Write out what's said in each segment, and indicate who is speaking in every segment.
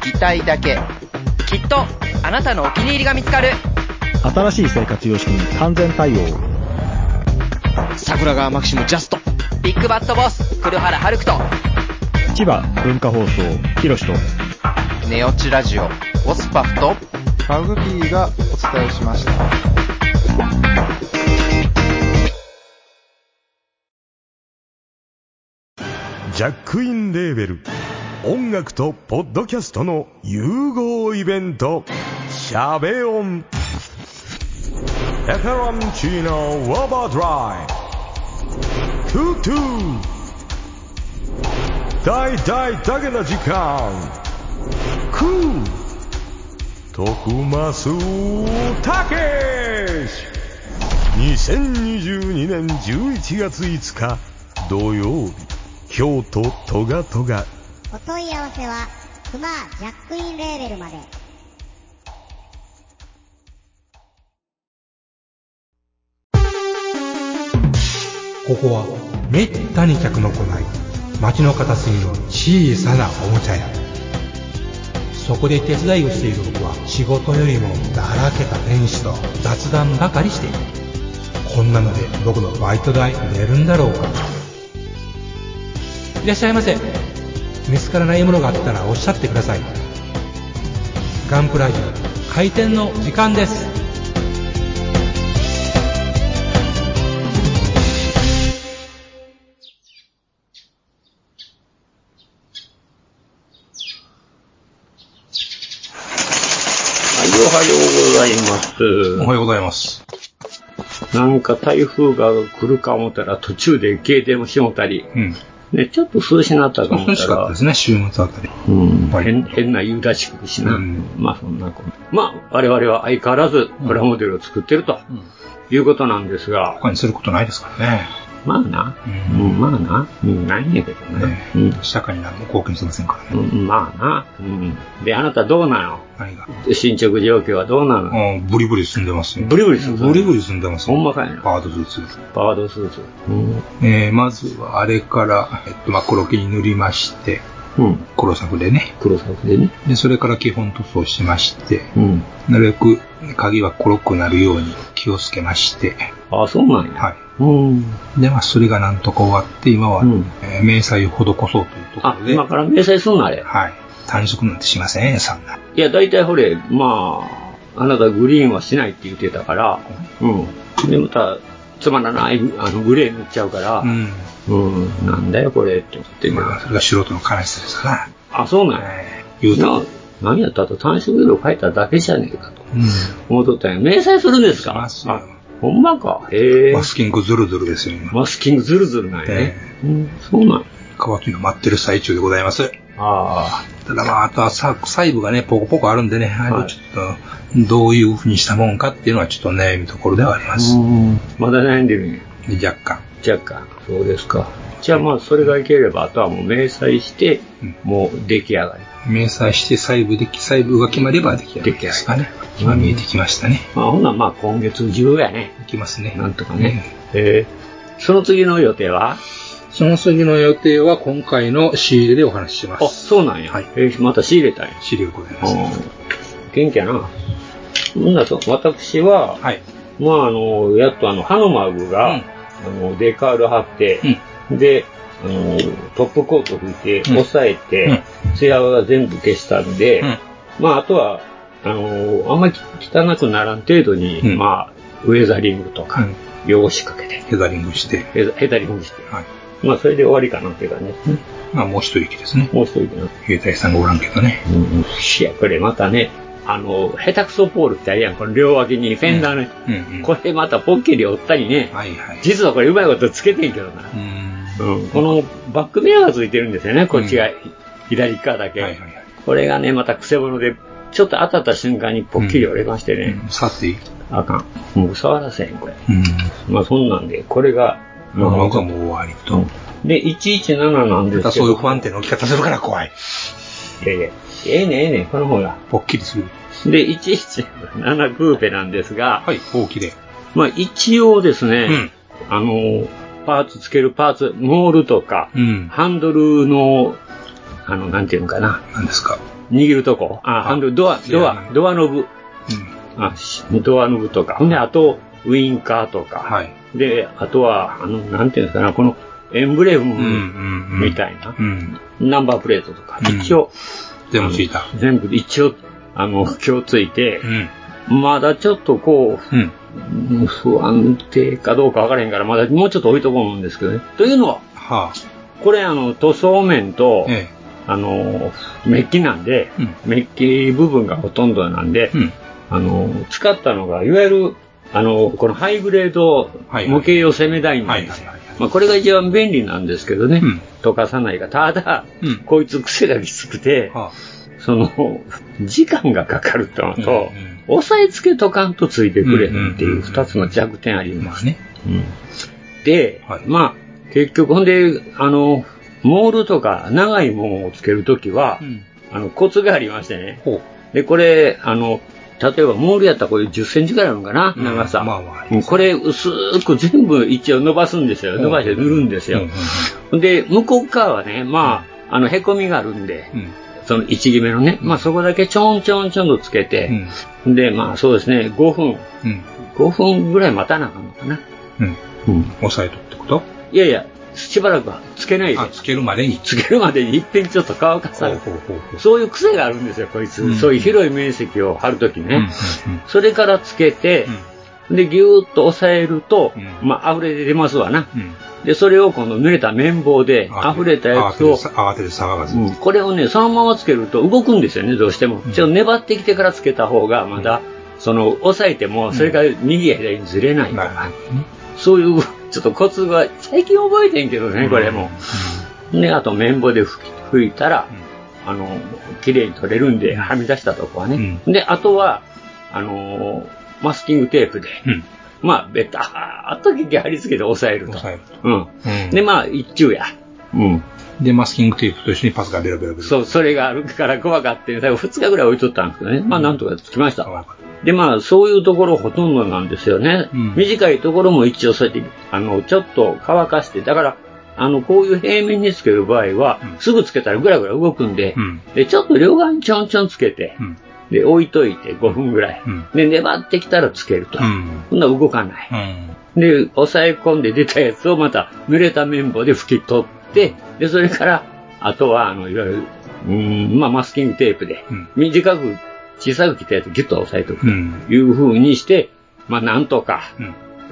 Speaker 1: 聞きたいだけ。
Speaker 2: きっとあなたのお気に入りが見つかる
Speaker 3: 新しい生活様式に完全対応。
Speaker 4: 桜川マキシムジャスト。
Speaker 2: ビッグバットボス黒原遥人
Speaker 3: 千葉文化放送、ひろしと。
Speaker 1: ネオチラジオ。オスパフと。
Speaker 5: マグキーがお伝えしました。
Speaker 6: ジャックインレーベル音楽とポッドキャストの融合イベント「シャベオン」「エフェロンチーノウォーバードライ」「トゥトゥ」「大大だけな時間」「クー」「徳マスたけし」2022年11月5日土曜日京都トガトガ
Speaker 7: お問い合わせは、クマジャックインレーベルまで。
Speaker 8: ここはめったに客の来ない街の片隅の小さなおもちゃ屋そこで手伝いをしている僕は仕事よりもだらけた店主と雑談ばかりしているこんなので僕のバイト代出るんだろうかいらっしゃいませ見つからないものがあったらおっしゃってくださいガンプラジオ開店の時間です
Speaker 9: はい、おはようございます。
Speaker 10: おはようございます。
Speaker 9: なんか台風が来るか思ったら途中で停電もしもたり、
Speaker 10: うん。
Speaker 9: ね、ちょっと涼しなったか思
Speaker 10: 楽
Speaker 9: った
Speaker 10: しかった
Speaker 9: ら
Speaker 10: で、すね、週末あたり。
Speaker 9: うん、
Speaker 10: はい
Speaker 9: 変変な夕立しくしな、
Speaker 10: うん
Speaker 9: まあそんなこと。まあ我々は相変わらずプラモデルを作ってると
Speaker 10: うん。
Speaker 9: いうことなんですが、
Speaker 10: 他にすることないですからね。
Speaker 9: まあな、
Speaker 10: う
Speaker 9: うんん、まあな、うん、ないんやけどね
Speaker 10: ね。
Speaker 9: うん
Speaker 10: 社会に何も貢献してませんからね。
Speaker 9: うん、まあな、うん。で、あなたどうな
Speaker 10: 何が。
Speaker 9: の進捗状況はどうなの、
Speaker 10: うん、ブリブリ進んでますよ。
Speaker 9: ブリブリ進んで
Speaker 10: ブリブリ進んでますよ
Speaker 9: ほんまかいな
Speaker 10: パート2。
Speaker 9: パワードスーツ。うん。
Speaker 10: えー、まずはあれから、えっと、まあ、黒木に塗りまして、
Speaker 9: うん。
Speaker 10: 黒作でね。
Speaker 9: 黒作でね。
Speaker 10: で、それから基本塗装しまして、
Speaker 9: うん。
Speaker 10: なるべく鍵は黒くなるように気をつけまして、
Speaker 9: ああ、そうなんや。
Speaker 10: はい。
Speaker 9: うん。
Speaker 10: で、まあ、それがなんとか終わって、今は、
Speaker 9: うん
Speaker 10: えー明細を施そうというとこ
Speaker 9: あ
Speaker 10: ろ、で、
Speaker 9: 今から明細すんのあれ。
Speaker 10: はい。短縮なんてしません、そんな。
Speaker 9: いや、だいたいほれ、まあ、あなたグリーンはしないって言ってたから、うん。で、また、つまらない、あの、グレー塗っちゃうから
Speaker 10: う、ん。
Speaker 9: うん、なんだよ、これ、って言ってね。
Speaker 10: まあ、それが素人の悲しさですか
Speaker 9: あ、そうなん
Speaker 10: ら。
Speaker 9: や。
Speaker 10: えー、言う
Speaker 9: な
Speaker 10: と。
Speaker 9: 何やったと単色色変えただけじゃねえかと
Speaker 10: うん。
Speaker 9: 思っとったんや。明細するんです
Speaker 10: し
Speaker 9: か
Speaker 10: ますよ
Speaker 9: あ、ほんまか。へえ
Speaker 10: マ。スキングズルズルですよ、今。
Speaker 9: マスキングズルズルなんやね。うん、そうなんや。
Speaker 10: 乾きの待ってる最中でございます。
Speaker 9: あ
Speaker 10: ただまあ、あとはさ、細部がね、ポコポコあるんでね、あれ
Speaker 9: はい
Speaker 10: ちょっと、どういう風にしたもんかっていうのはちょっと悩みところではありま
Speaker 9: あ。
Speaker 10: す。
Speaker 9: ん。まだ悩んでるんや。
Speaker 10: で若干。
Speaker 9: 若干。そうですか。じゃあまあ、それがいければ、あとはもう明細して
Speaker 10: うん、
Speaker 9: もう出来上がり。
Speaker 10: 明細して細部で、細部が決まればできるんですかね。今見えてきましたね。
Speaker 9: まあ、ほんならまあ、今月中やね。
Speaker 10: いきますね。
Speaker 9: なんとかね。えー、その次の予定は
Speaker 10: その次の予定は今回の仕入れでお話ししま
Speaker 9: あ、
Speaker 10: す。
Speaker 9: そうなんや。
Speaker 10: はい
Speaker 9: えーまた仕入れたんや。
Speaker 10: 資料ございます。
Speaker 9: うん元気やな。ほんならそう私は、
Speaker 10: はい。
Speaker 9: まあ、あの、やっとあの、ハノマグが、
Speaker 10: うん
Speaker 9: あの、デカール貼って、で、あの、トップコート拭いて、
Speaker 10: うん
Speaker 9: 押さえて、ツヤが全部消したんで、まあ、あとは、あの、あんまり汚くならん程度に、
Speaker 10: うん
Speaker 9: まあ、ウェザリングとか、
Speaker 10: うん
Speaker 9: 汚しかけて、
Speaker 10: ヘザリングして、
Speaker 9: ヘザヘザリングして、
Speaker 10: はい。
Speaker 9: まあ、それで終わりかなっていう感じですね。
Speaker 10: まあ、もう一息ですね。
Speaker 9: もう一人かな。
Speaker 10: 兵隊さんがおらんけどね。
Speaker 9: いや、これまたね、あの、下手くそポールってあるやん、この両脇にフェンダーね。
Speaker 10: うんうん。
Speaker 9: これまたポッケリ折ったりね、
Speaker 10: はいはい。
Speaker 9: 実はこれうまいことつけてんけどな。
Speaker 10: うーん。
Speaker 9: うん、このバックミラーがついてるんですよね、こっちが、
Speaker 10: う
Speaker 9: 左側だけ、
Speaker 10: はいはいはい。
Speaker 9: これがね、またくせ者で、ちょっと当たった瞬間にポッキリ折れましてね。
Speaker 10: さていい。
Speaker 9: あかん。もう触らせへん、これ。
Speaker 10: うん。
Speaker 9: まあそんなんで、これが、
Speaker 10: まあ、僕はもう終わりと。
Speaker 9: で、117なんですけ
Speaker 10: ま
Speaker 9: ど。
Speaker 10: たそういう不安定な置き方するから怖い。
Speaker 9: いやいや、ええねんええねんこの方が。
Speaker 10: ぽっきりする。
Speaker 9: で、117グーペなんですが、
Speaker 10: はい、大きで。
Speaker 9: まあ一応です
Speaker 10: う
Speaker 9: ね
Speaker 10: ん、。
Speaker 9: あの、パーツつけるパーツ、モールとか、
Speaker 10: うん。
Speaker 9: ハンドルの、あの、なんていうのかな、
Speaker 10: 何ですか。
Speaker 9: 握るとこ、あ、ハンドル、ドア、ドア、ドアノブ、
Speaker 10: うん。
Speaker 9: あ、しドアノブとか、ほんで、あと、ウインカーとか、
Speaker 10: はい。
Speaker 9: で、あとは、あの、なんていうんですかな、この、エンブレ
Speaker 10: うん、う
Speaker 9: ム
Speaker 10: ん、うん。
Speaker 9: みたいな
Speaker 10: う、ん。
Speaker 9: ナンバープレートとか、
Speaker 10: うん
Speaker 9: 一応、
Speaker 10: 全部ついた。
Speaker 9: 全部一応、あの、今日ついて
Speaker 10: う、ん。
Speaker 9: まだちょっとこう、
Speaker 10: うん。
Speaker 9: うん不安定かどうかわからへんから、まだもうちょっと置いとこう思うんですけどね。というのは、
Speaker 10: は
Speaker 9: これあの、塗装面と
Speaker 10: あ。、え
Speaker 9: あの、メッキなんで、
Speaker 10: うん
Speaker 9: メッキ部分がほとんどなんで、
Speaker 10: え。うん。
Speaker 9: あの、使ったのが、いわゆる、あの、このハイブレード
Speaker 10: はいはい
Speaker 9: 模型用攻め台
Speaker 10: は
Speaker 9: なん
Speaker 10: い、
Speaker 9: で
Speaker 10: は
Speaker 9: す
Speaker 10: い、
Speaker 9: よ。
Speaker 10: はい。
Speaker 9: まあ、これが一番便利なんですけどね、
Speaker 10: うん
Speaker 9: 溶かさないが。ただ、
Speaker 10: うん
Speaker 9: こいつ癖がきつくて、
Speaker 10: はあ。
Speaker 9: その、時間がかかるってのと、
Speaker 10: うんうん
Speaker 9: 押さえつけとかんとついてくれへんって
Speaker 10: うんうんうん
Speaker 9: いう二つの弱点ありま。
Speaker 10: ますあね。
Speaker 9: うんで、
Speaker 10: はい
Speaker 9: まあ、結局、ほんで、あの、モールとか長いもんをつけるときは、
Speaker 10: ん。
Speaker 9: あの、コツがありましてね。
Speaker 10: ほう。
Speaker 9: で、これ、あの、例えばモールやったらこれ10センチぐらいあるのかな、
Speaker 10: うん
Speaker 9: 長さ。
Speaker 10: まあまあ
Speaker 9: うんこれ薄く全部一応伸ばすんですよ。伸ばして塗るんです
Speaker 10: うん
Speaker 9: よ。ほんで、向こう側はね、まあ、あの、凹みがあるんで、
Speaker 10: うん。
Speaker 9: その1決めのね、まあそこだけちょんちょんちょんとつけ
Speaker 10: う
Speaker 9: て、
Speaker 10: ん。
Speaker 9: で、まあそうですね、5分、
Speaker 10: うん。
Speaker 9: 5分ぐらい待たなあかんのかな。
Speaker 10: うん。
Speaker 9: うん。
Speaker 10: 押さえとくってこと
Speaker 9: いやいや、しばらくはつけないで
Speaker 10: あ、、つけるまでに。
Speaker 9: つけるまでに一遍ちょっと乾かさ
Speaker 10: ほう
Speaker 9: る。
Speaker 10: ほうほうほう。
Speaker 9: そういう癖があるんですよ、こいつ。
Speaker 10: うん
Speaker 9: そういう広い面積を張るときね。
Speaker 10: うん。
Speaker 9: それからつけて
Speaker 10: う、ん。
Speaker 9: で、ぎゅーっと押さえると、
Speaker 10: うん
Speaker 9: まあ、溢れ出ますわな。
Speaker 10: うん。
Speaker 9: で、それを今度濡れた綿棒で溢れたやつを、
Speaker 10: 慌てて騒がず。
Speaker 9: うんこれをね、そのままつけると動くんですよね、どうしても。
Speaker 10: うん
Speaker 9: ちょっと粘ってきてからつけた方が、まだ、その、押さえても、それから右や左にずれないか
Speaker 10: な
Speaker 9: ら、
Speaker 10: るほどね。
Speaker 9: そういう、ちょっとコツが、最近覚えてんけどね、これも。で、あと綿棒で拭き拭いたら、あの、綺麗に取れるんで、はみ出したとこはね。で、あとは、あのーマスキングテープで、
Speaker 10: うん。
Speaker 9: まあ、ベターっと切り貼り付けて押さえ
Speaker 10: う
Speaker 9: る
Speaker 10: ん。
Speaker 9: と
Speaker 10: 押。さえる。
Speaker 9: うん。
Speaker 10: うん
Speaker 9: で、まあ、一中や。うん。
Speaker 10: で、マスキングテープと一緒にパスがベロベロベロ。
Speaker 9: そう、それがあるから怖かって、だから2日ぐ らい置いとったんですけどね。まあ、なんとかつきました。
Speaker 10: あ
Speaker 9: で、まあ、そういうところほとんどなんですよね。
Speaker 10: うん
Speaker 9: 短いところも一応そうやって、あの、ちょっと乾かして、だから、あの、こういう平面につける場合は、
Speaker 10: うん
Speaker 9: すぐつけたらぐらぐら動くんで、
Speaker 10: うん。
Speaker 9: で、ちょっと両側にちょんちょんつけて、
Speaker 10: うん。
Speaker 9: で、置いといて5分ぐらい。
Speaker 10: うん。
Speaker 9: で、粘ってきたらつけると。
Speaker 10: う
Speaker 9: そん、
Speaker 10: ん。
Speaker 9: な動かない。
Speaker 10: うん。
Speaker 9: で、押さえ込んで出たやつをまた濡れた綿棒で拭き取って、で、それから、あとは、あの、いわゆる、うーん、まあ、マスキングテープで、
Speaker 10: うん
Speaker 9: 短く、小さく切ったやつをギュッと押さえておく
Speaker 10: う
Speaker 9: と
Speaker 10: ん。
Speaker 9: いう風にして、まあ、なんとか、
Speaker 10: う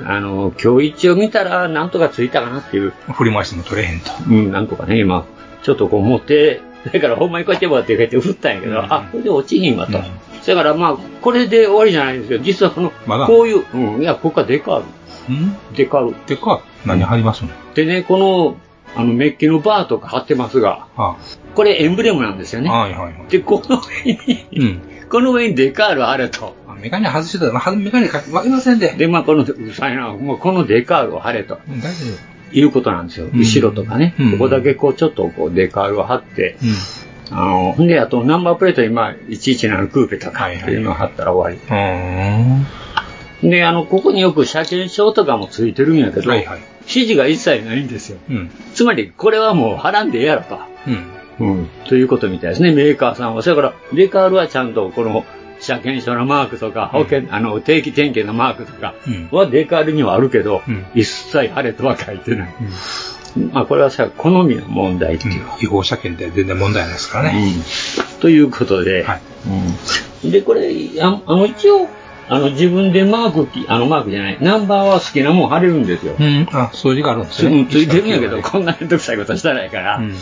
Speaker 10: ん。
Speaker 9: あの、今日一を見たら、なんとかついたかなっていう、
Speaker 10: 振り回しても取れへんと。
Speaker 9: うん、なんとかね、今、ちょっとこう持って、だからほんまにこうやってもらってこうやって振ったんやけど、
Speaker 10: うん
Speaker 9: あ、これで落ちひんわと。
Speaker 10: うん
Speaker 9: だからまあ、これで終わりじゃないんですけど、実はこの、
Speaker 10: まだ
Speaker 9: こういう、うん、いや、ここはデカール、
Speaker 10: うん
Speaker 9: デカール。
Speaker 10: てか、何貼りますの
Speaker 9: でね、この、あの、メッキのバーとか貼ってますが、
Speaker 10: は
Speaker 9: これエンブレムなんですよ
Speaker 10: あ。
Speaker 9: ね。
Speaker 10: はいはいはい。
Speaker 9: で、この上に、
Speaker 10: うん。
Speaker 9: この上にデカールあると。
Speaker 10: あメガネ外してたら、まあメガネかけませんで。
Speaker 9: で、まあ、この、うさいな、もうこのデカールを貼れと
Speaker 10: うん大丈夫。
Speaker 9: いうことなんですよ。
Speaker 10: うん
Speaker 9: 後ろとかね。
Speaker 10: うん
Speaker 9: ここだけこう、ちょっとこう、デカールを貼って、
Speaker 10: うん。
Speaker 9: あの、ほんで、あとナンバープレートに、まあ、117クーペとか
Speaker 10: はい
Speaker 9: っ
Speaker 10: はい
Speaker 9: ていうのを貼ったら終わ
Speaker 10: うーん。
Speaker 9: り。で、あの、ここによく車検証とかもついてるんやけど、
Speaker 10: はいはい。
Speaker 9: 指示が一切ないんですよ。
Speaker 10: うん。
Speaker 9: つまり、これはもう貼らんでええやろと。
Speaker 10: うん。
Speaker 9: うん、ということみたいですね、メーカーさんは。それから、デカールはちゃんとこの車検証のマークとか、保険、あの、定期点検のマークとか
Speaker 10: うん
Speaker 9: はデカールにはあるけど、
Speaker 10: うん
Speaker 9: 一切晴れとは書いてない。
Speaker 10: うん
Speaker 9: まあ、これはさ、好みの問題っていうか。
Speaker 10: 違法車検って全然問題ないですからね。
Speaker 9: うんということで、
Speaker 10: はい
Speaker 9: うんで、これ、ああの、一応、あの、自分でマークき、あの、マークじゃない、ナンバーは好きなもん貼れるんですよ。
Speaker 10: うん。あ、数字があるんです
Speaker 9: つ
Speaker 10: よ
Speaker 9: うん
Speaker 10: ね。
Speaker 9: ついてるんやけど、こんなめんどくさいことしたらやから、
Speaker 10: うん。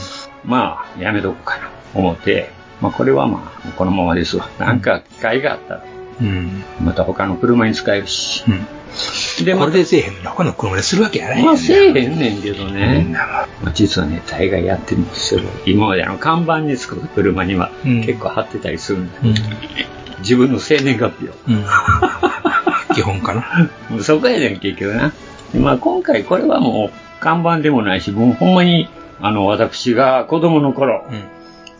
Speaker 9: まあ、やめとこうかな、思って、まあ、これはまあ、このままですわ。なんか機会があったら、
Speaker 10: うん。
Speaker 9: また他の車に使えるし、
Speaker 10: うん。
Speaker 9: で
Speaker 10: これでせえへんのこのこれするわけやない
Speaker 9: ま
Speaker 10: や
Speaker 9: あ、
Speaker 10: ん
Speaker 9: せえへんねんけどね。まあ実はね、大概やってるんですよ。今まであの、看板につく車には
Speaker 10: うん
Speaker 9: 結構貼ってたりするんだ、
Speaker 10: うん
Speaker 9: 自分の生年月日を。
Speaker 10: うん基本かな
Speaker 9: そこやねん、結局な。まあ、今回これはもう、看板でもないし、もうほんまに、あの、私が子供の頃、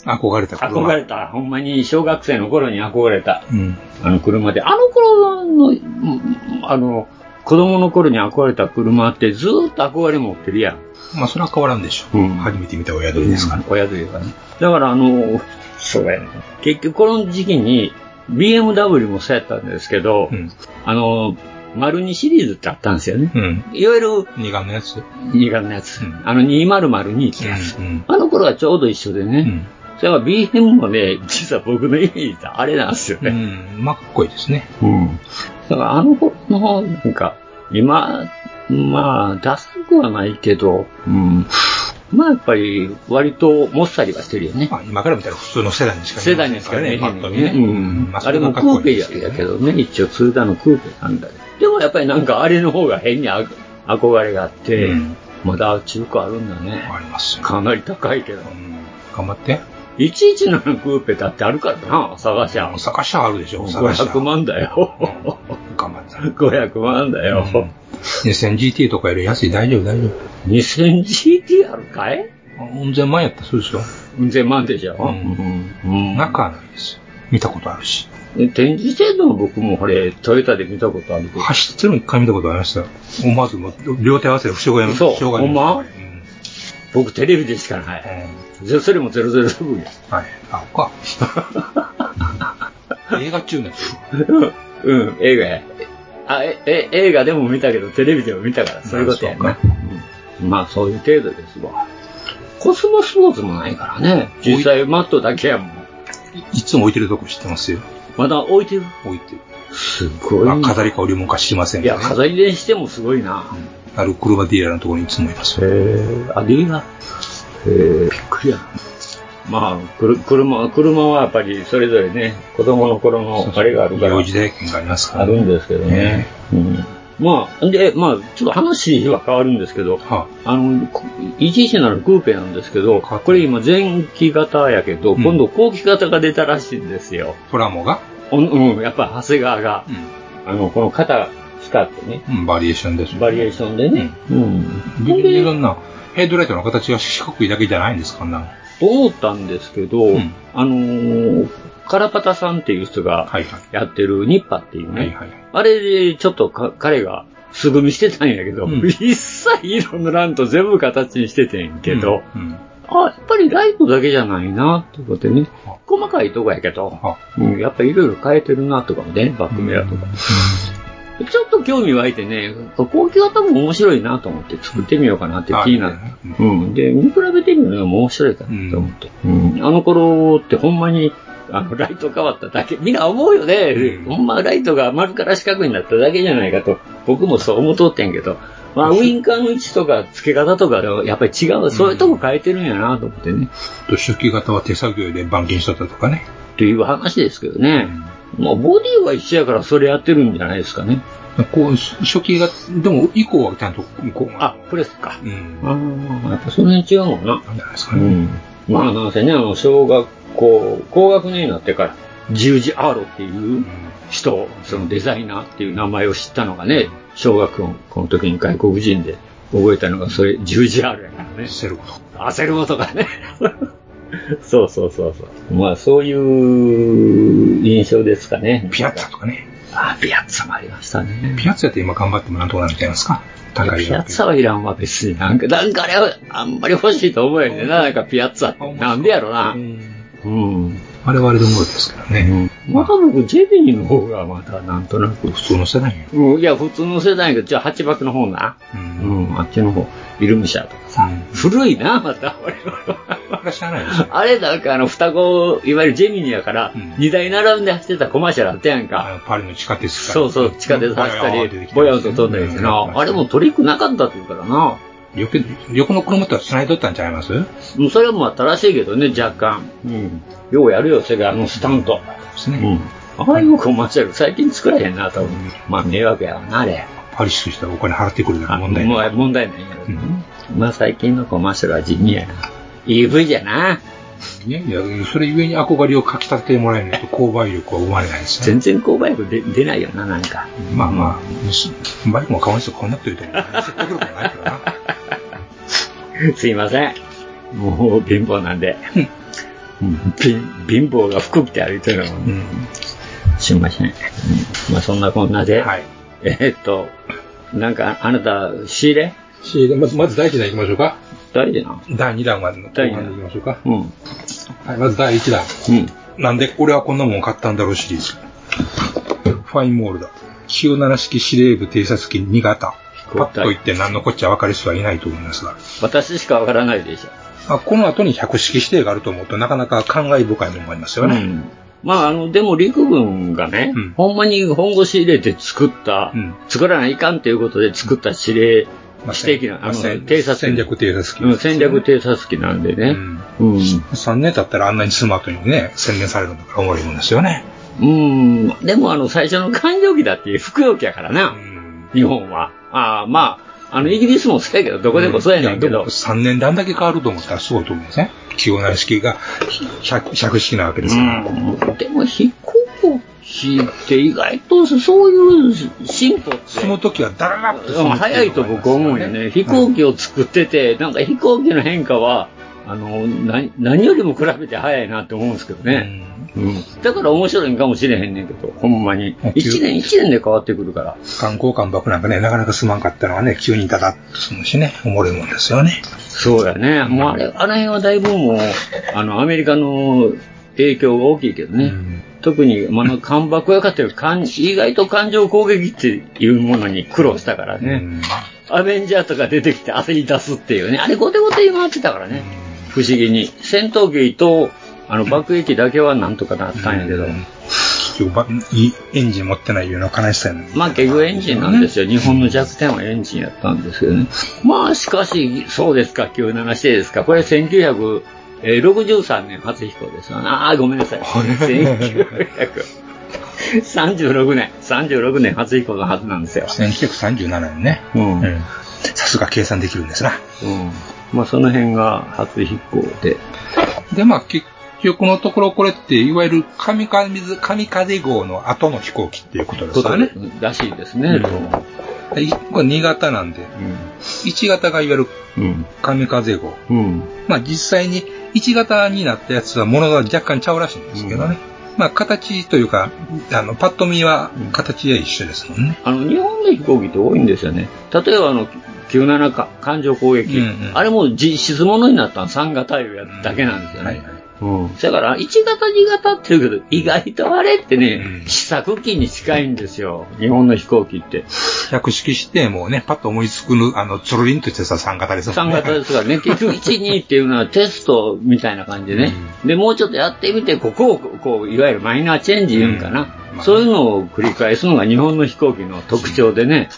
Speaker 10: 憧れた
Speaker 9: 憧れた、ほんまに小学生の頃に憧れた、
Speaker 10: うん
Speaker 9: あの車で、あの頃の、うんあの、子供の頃に憧れた車ってずーっと憧れ持ってるやん。
Speaker 10: まあそれは変わらんでしょ
Speaker 9: うん
Speaker 10: 初めて見た親鳥ですから
Speaker 9: 親というかね。だから、あの、そうやね。結局、この時期に、BMW もそうやったんですけど、
Speaker 10: うん
Speaker 9: あの、丸2シリーズってあったんですよね。
Speaker 10: うん
Speaker 9: いわゆる、
Speaker 10: 二眼のやつ
Speaker 9: 二眼のやつ。
Speaker 10: うん
Speaker 9: あの、2002ってやつ。
Speaker 10: うん
Speaker 9: あの頃はちょうど一緒で
Speaker 10: う
Speaker 9: ね。
Speaker 10: ん
Speaker 9: それは BM もね、実は僕のイメージとあれなんですよ
Speaker 10: う
Speaker 9: ね。
Speaker 10: んまっこいですね
Speaker 9: うん。だから、あの頃の、なんか、今、まあ、ダサくはないけど、うん。まあ、やっぱり、割と、もっさりはしてるよね。
Speaker 10: まあ今から見たら普通のセダンにしか
Speaker 9: 世代にしかね、
Speaker 10: パッと見ね
Speaker 9: うん
Speaker 10: ま
Speaker 9: あれもクーペやけどね、一応ツーダーのクーペなんだよでもやっぱりなんかあれの方が変にあ憧れがあって、
Speaker 10: うん
Speaker 9: まだ中古あるんだね。
Speaker 10: ありますよ
Speaker 9: かなり高いけど
Speaker 10: う。ん頑張って
Speaker 9: 117のクーペだってあるからな、探しゃ。
Speaker 10: 探しはあるでしょ探しは
Speaker 9: 500万だよ。
Speaker 10: 頑張って
Speaker 9: 500万だよ。
Speaker 10: 2000GT とかより安い大丈夫大丈夫
Speaker 9: 2000GT あるかい
Speaker 10: うん千万やったらそうですよ
Speaker 9: 1000万でしょ。
Speaker 10: うん
Speaker 9: うん
Speaker 10: 中はないですよ見たことあるし
Speaker 9: で展示してんのも僕もこれ、トヨタで見たことあるけど。
Speaker 10: 走ってるの一回見たことありましたよ思わずもう両手合わせて不祥がや
Speaker 9: そう
Speaker 10: 不祥が
Speaker 9: ほんま
Speaker 10: うん
Speaker 9: 僕テレビでしかない。じゃあそれも007や。
Speaker 10: はいあお か映画中のやつ
Speaker 9: うん、映画や。あ、え、え、映画でも見たけど、テレビでも見たから、そういうことや
Speaker 10: まあ
Speaker 9: な。うんまあ、そういう程度ですわ。コスモスポーツもないからね。実際、マットだけやもん。
Speaker 10: いつも置いてるとこ知ってますよ
Speaker 9: まだ置いてる。
Speaker 10: 置いてる
Speaker 9: すごい。
Speaker 10: あ飾りか織物か知りません
Speaker 9: い
Speaker 10: けど
Speaker 9: や、
Speaker 10: ね
Speaker 9: 飾りでしてもすごいな。
Speaker 10: ある車ディーラーのところにいつもいます
Speaker 9: へ
Speaker 10: よ
Speaker 9: え、あ、リーガへえ、びっくりやな。まあ、くる車、車はやっぱりそれぞれね、子供の頃のあれがあるから。
Speaker 10: 用事代金がありますから
Speaker 9: あるんですけどね。うん、まあ、で、まあ、ちょっと話は変わるんですけど、
Speaker 10: は
Speaker 9: あの、こ117クーペなんですけど、
Speaker 10: はい
Speaker 9: これ今前期型やけど、
Speaker 10: うん
Speaker 9: 今度後期型が出たらしいんですよ。
Speaker 10: プラモが
Speaker 9: うん、うん、やっぱ長谷川が、あの、この肩使ってね、
Speaker 10: うんバリエーションですよ
Speaker 9: バリエーションでね、うん。ほん
Speaker 10: いろ
Speaker 9: で、
Speaker 10: んなヘッドライトの形が四角いだけじゃないんですかな
Speaker 9: と思ったんですけど、
Speaker 10: うん
Speaker 9: あのーカラパタさんっていう人が
Speaker 10: はいはい
Speaker 9: やってるニッパっていうね、
Speaker 10: はいはい
Speaker 9: あれで、ちょっとか彼が素組みしてたんやけど、
Speaker 10: うん
Speaker 9: 一切色塗らんと全部形にしててんけど、
Speaker 10: うんうん
Speaker 9: あ、やっぱりライトだけじゃないな、とかってね、細かいとこやけど、
Speaker 10: あ
Speaker 9: うん、やっぱいろいろ変えてるな、とかもね、バックミラーとか。ちょっと興味湧いてね、高級型も面白いなと思って作ってみようかなって
Speaker 10: うん
Speaker 9: 気になって
Speaker 10: あいいね、
Speaker 9: うん。で、見比べてみるのが面白いかなと思って、うんあの頃ってほんまに、あの、ライト変わっただけ、みんな思うよね、
Speaker 10: うん
Speaker 9: ほんまライトが丸から四角になっただけじゃないかと、僕もそう思っとってんけど、まあ、ウインカーの位置とか付け方とか、やっぱり違う、そういうとこ変えてるんやなと思ってね、
Speaker 10: と初期型は手作業で板金しとったとかね
Speaker 9: っていう話ですけどね。まあ、ボディは一緒やからそれやってるんじゃないですかね。
Speaker 10: こう初期がでも以降はちゃんとこう
Speaker 9: あ、プレスか。
Speaker 10: うん
Speaker 9: ああ、やっぱそんなに違うのかな。
Speaker 10: なんじゃないです
Speaker 9: う
Speaker 10: かね、
Speaker 9: ん。まあ、なんせね、あの、小学校、高学年になってから、十字アーロっていう人、そのデザイナーっていう名前を知ったのがね、小学校の時に外国人で覚えたのが、それ、十字アーロやからね。
Speaker 10: セルフ
Speaker 9: 焦るもとかね。 そうそうそうそう。まあ、そういう印象ですかね。
Speaker 10: ピアッツァとかね
Speaker 9: あ、ピアッツァもありましたね。
Speaker 10: ピアッツァって今頑張ってもなんとかなるんじゃないですか高い
Speaker 9: ピアッツァはいらんわ、別に。なんか、なんかあれは、あんまり欲しいと思うよねんな、なんかピアッツァって。なんでやろな
Speaker 10: う。ん
Speaker 9: うん。
Speaker 10: あれはあれで思うんですけどね、
Speaker 9: また僕、ジェビニーの方がまた、なんとなく。
Speaker 10: 普通の世代よ、
Speaker 9: うん、いや、普通の世代やけど、じゃあ、八爆の方な。
Speaker 10: うん
Speaker 9: うん、あっちの方、イルムシャーとかさ。
Speaker 10: うん
Speaker 9: 古いな、また、 俺は。
Speaker 10: これ知らないでしょ
Speaker 9: あれなんかあの双子、いわゆるジェミニやから
Speaker 10: うん、
Speaker 9: 二台並んで走ってたコマーシャルあったや
Speaker 10: あ
Speaker 9: んか。
Speaker 10: のパリの地下鉄から
Speaker 9: そうそう、地下鉄走った
Speaker 10: ぼやー
Speaker 9: り
Speaker 10: って出てき、た
Speaker 9: ぼやんと飛んだりしてな。あれもトリックなかったって言うからな。
Speaker 10: 横横の車とは繋いとったんちゃいますで
Speaker 9: うんそれはもう新しいけどね、若干。うん。ようやるよ、それがあのスタント。
Speaker 10: す
Speaker 9: う
Speaker 10: ね、
Speaker 9: ん。ああいうコマーシャル、最近作らへんな、多分。まあ、迷惑やわな、あれ。
Speaker 10: パリスとしてはお金払ってくるなら問題
Speaker 9: も
Speaker 10: ない。
Speaker 9: う問題ないやろ、まあ最近のコマーシャルは地味やな。EV じゃな。
Speaker 10: いやいや、それゆえに憧れをかきたててもらえないと購買力は生まれないですね。
Speaker 9: 全然購買力で出ないよな、なんか。
Speaker 10: まあまあ、バイクも買わない人こんなこと言うと思う。説得力がないからな。
Speaker 9: すいません。もう貧乏なんで。うん貧貧乏が服着て歩いてるのも
Speaker 10: う
Speaker 9: ね
Speaker 10: ん。
Speaker 9: すいません。うんまあそんなこんなで、
Speaker 10: はい。
Speaker 9: えーっと、なんかあなた仕入れ
Speaker 10: しまず、まず第1弾いきましょうか。
Speaker 9: 大事な
Speaker 10: 第2弾は後
Speaker 9: 第二
Speaker 10: 半
Speaker 9: 弾
Speaker 10: でいきましょうか。
Speaker 9: うん。うん。
Speaker 10: はい、まず第1弾。なんで俺はこんなもん買ったんだろうシリーズ。ファインモールだ。97式司令部偵察機2型。パッと言って何のこっちゃ分かる人はいないと思いますが。
Speaker 9: 私しかわからないでしょ。
Speaker 10: まあ、この後に100式指定があると思うとなかなか感慨深いものもありますよ
Speaker 9: う
Speaker 10: ね。
Speaker 9: ん。まあ、あの、でも陸軍がね、
Speaker 10: うん
Speaker 9: ほんまに本腰入れて作った、
Speaker 10: うん
Speaker 9: 作らないかんということで作った指令、
Speaker 10: まあ
Speaker 9: 指定機の、あの、
Speaker 10: 戦
Speaker 9: 偵察機
Speaker 10: 戦略偵察機、
Speaker 9: うん、戦略偵察機なんでね。うん。
Speaker 10: 3年経ったらあんなにスマートにね、洗練されるんだから思いもんですよね。
Speaker 9: うん。でも、あの、最初の艦用機だって服用機やから
Speaker 10: う
Speaker 9: な、
Speaker 10: ん。
Speaker 9: 日本は。ああ、まあ、あの、イギリスもそうやけど、どこでもそうやねんけど。
Speaker 10: 3年であんだけ変わると思ったらすごいと思うんですね。気温な式が100、100式なわけですから。
Speaker 9: うん。でも、飛行機って意外とそういう進歩って。
Speaker 10: その時はダララッとその
Speaker 9: 早いと僕思うんよね。飛行機を作ってて、なんか飛行機の変化は、あの、な何よりも比べて早いなって思うんですけどね。うん。だから面白いんかもしれへんねんけど、ほんまに
Speaker 10: うん。
Speaker 9: 一年一年で変わってくるから。
Speaker 10: 観光艦爆なんかね、なかなかすまんかったのはね、急にダダッとするしね、おもろいもんですよね。
Speaker 9: そうやね。もうあれ、あの辺はだいぶもう、あの、アメリカの影響が大きいけどね。
Speaker 10: うん
Speaker 9: 特に、まああの、艦爆やかっていうかん意外と艦上攻撃っていうものに苦労したからね。
Speaker 10: うん
Speaker 9: アベンジャーとか出てきて焦り出すっていうね。あれ、後手後手に回ってたからね。不思議に。戦闘機と、あの、爆撃だけはなんとかなったんやけど。
Speaker 10: 結局ばいいエンジン持ってないような悲しさやね
Speaker 9: まあ、結局エンジンなんですよ。日本の弱点はエンジンやったんですよね。まあ、しかし、そうですか、97指定ですか。これ1963年初飛行ですよね。ああ、ごめんなさい。1936年、36年初飛行のはずなんですよ。
Speaker 10: 1937年ね。
Speaker 9: うん
Speaker 10: うんさすが計算できるんですな。
Speaker 9: うん。まあ、その辺が初飛行で。
Speaker 10: で、まあ結局のところこれって、いわゆる神風神風号の後の飛行機っていうことです
Speaker 9: こと
Speaker 10: よ
Speaker 9: ね
Speaker 10: ね。
Speaker 9: らしいですね。どうも
Speaker 10: でいこれ2型なんで、1型がいわゆる
Speaker 9: うん。
Speaker 10: 神風号。
Speaker 9: うん。
Speaker 10: まあ実際に1型になったやつはものが若干ちゃうらしいんですけどね。まあ形というか、あの、パッと見は形は一緒ですもんね。
Speaker 9: あの、日本の飛行機って多いんですよね。例えばあの、97か、艦上攻撃。
Speaker 10: うんうん
Speaker 9: あれも実質ものになったの3型いうやつだけなんですよ
Speaker 10: はい
Speaker 9: ね。
Speaker 10: はい
Speaker 9: うん。だから、1型、2型って言うけど、意外とあれってね
Speaker 10: う、ん
Speaker 9: 試作機に近いんですよ。日本の飛行機って。
Speaker 10: 百式して、もうね、パッと思いつくの、あの、つるりんとしてさ、三型ですもん
Speaker 9: 3
Speaker 10: ね。
Speaker 9: 型ですから ね、結局1、2っていうのはテストみたいな感じでね。で、もうちょっとやってみて、ここを、こう、いわゆるマイナーチェンジ言うんかな。
Speaker 10: うんまあ
Speaker 9: そういうのを繰り返すのが日本の飛行機の特徴でね。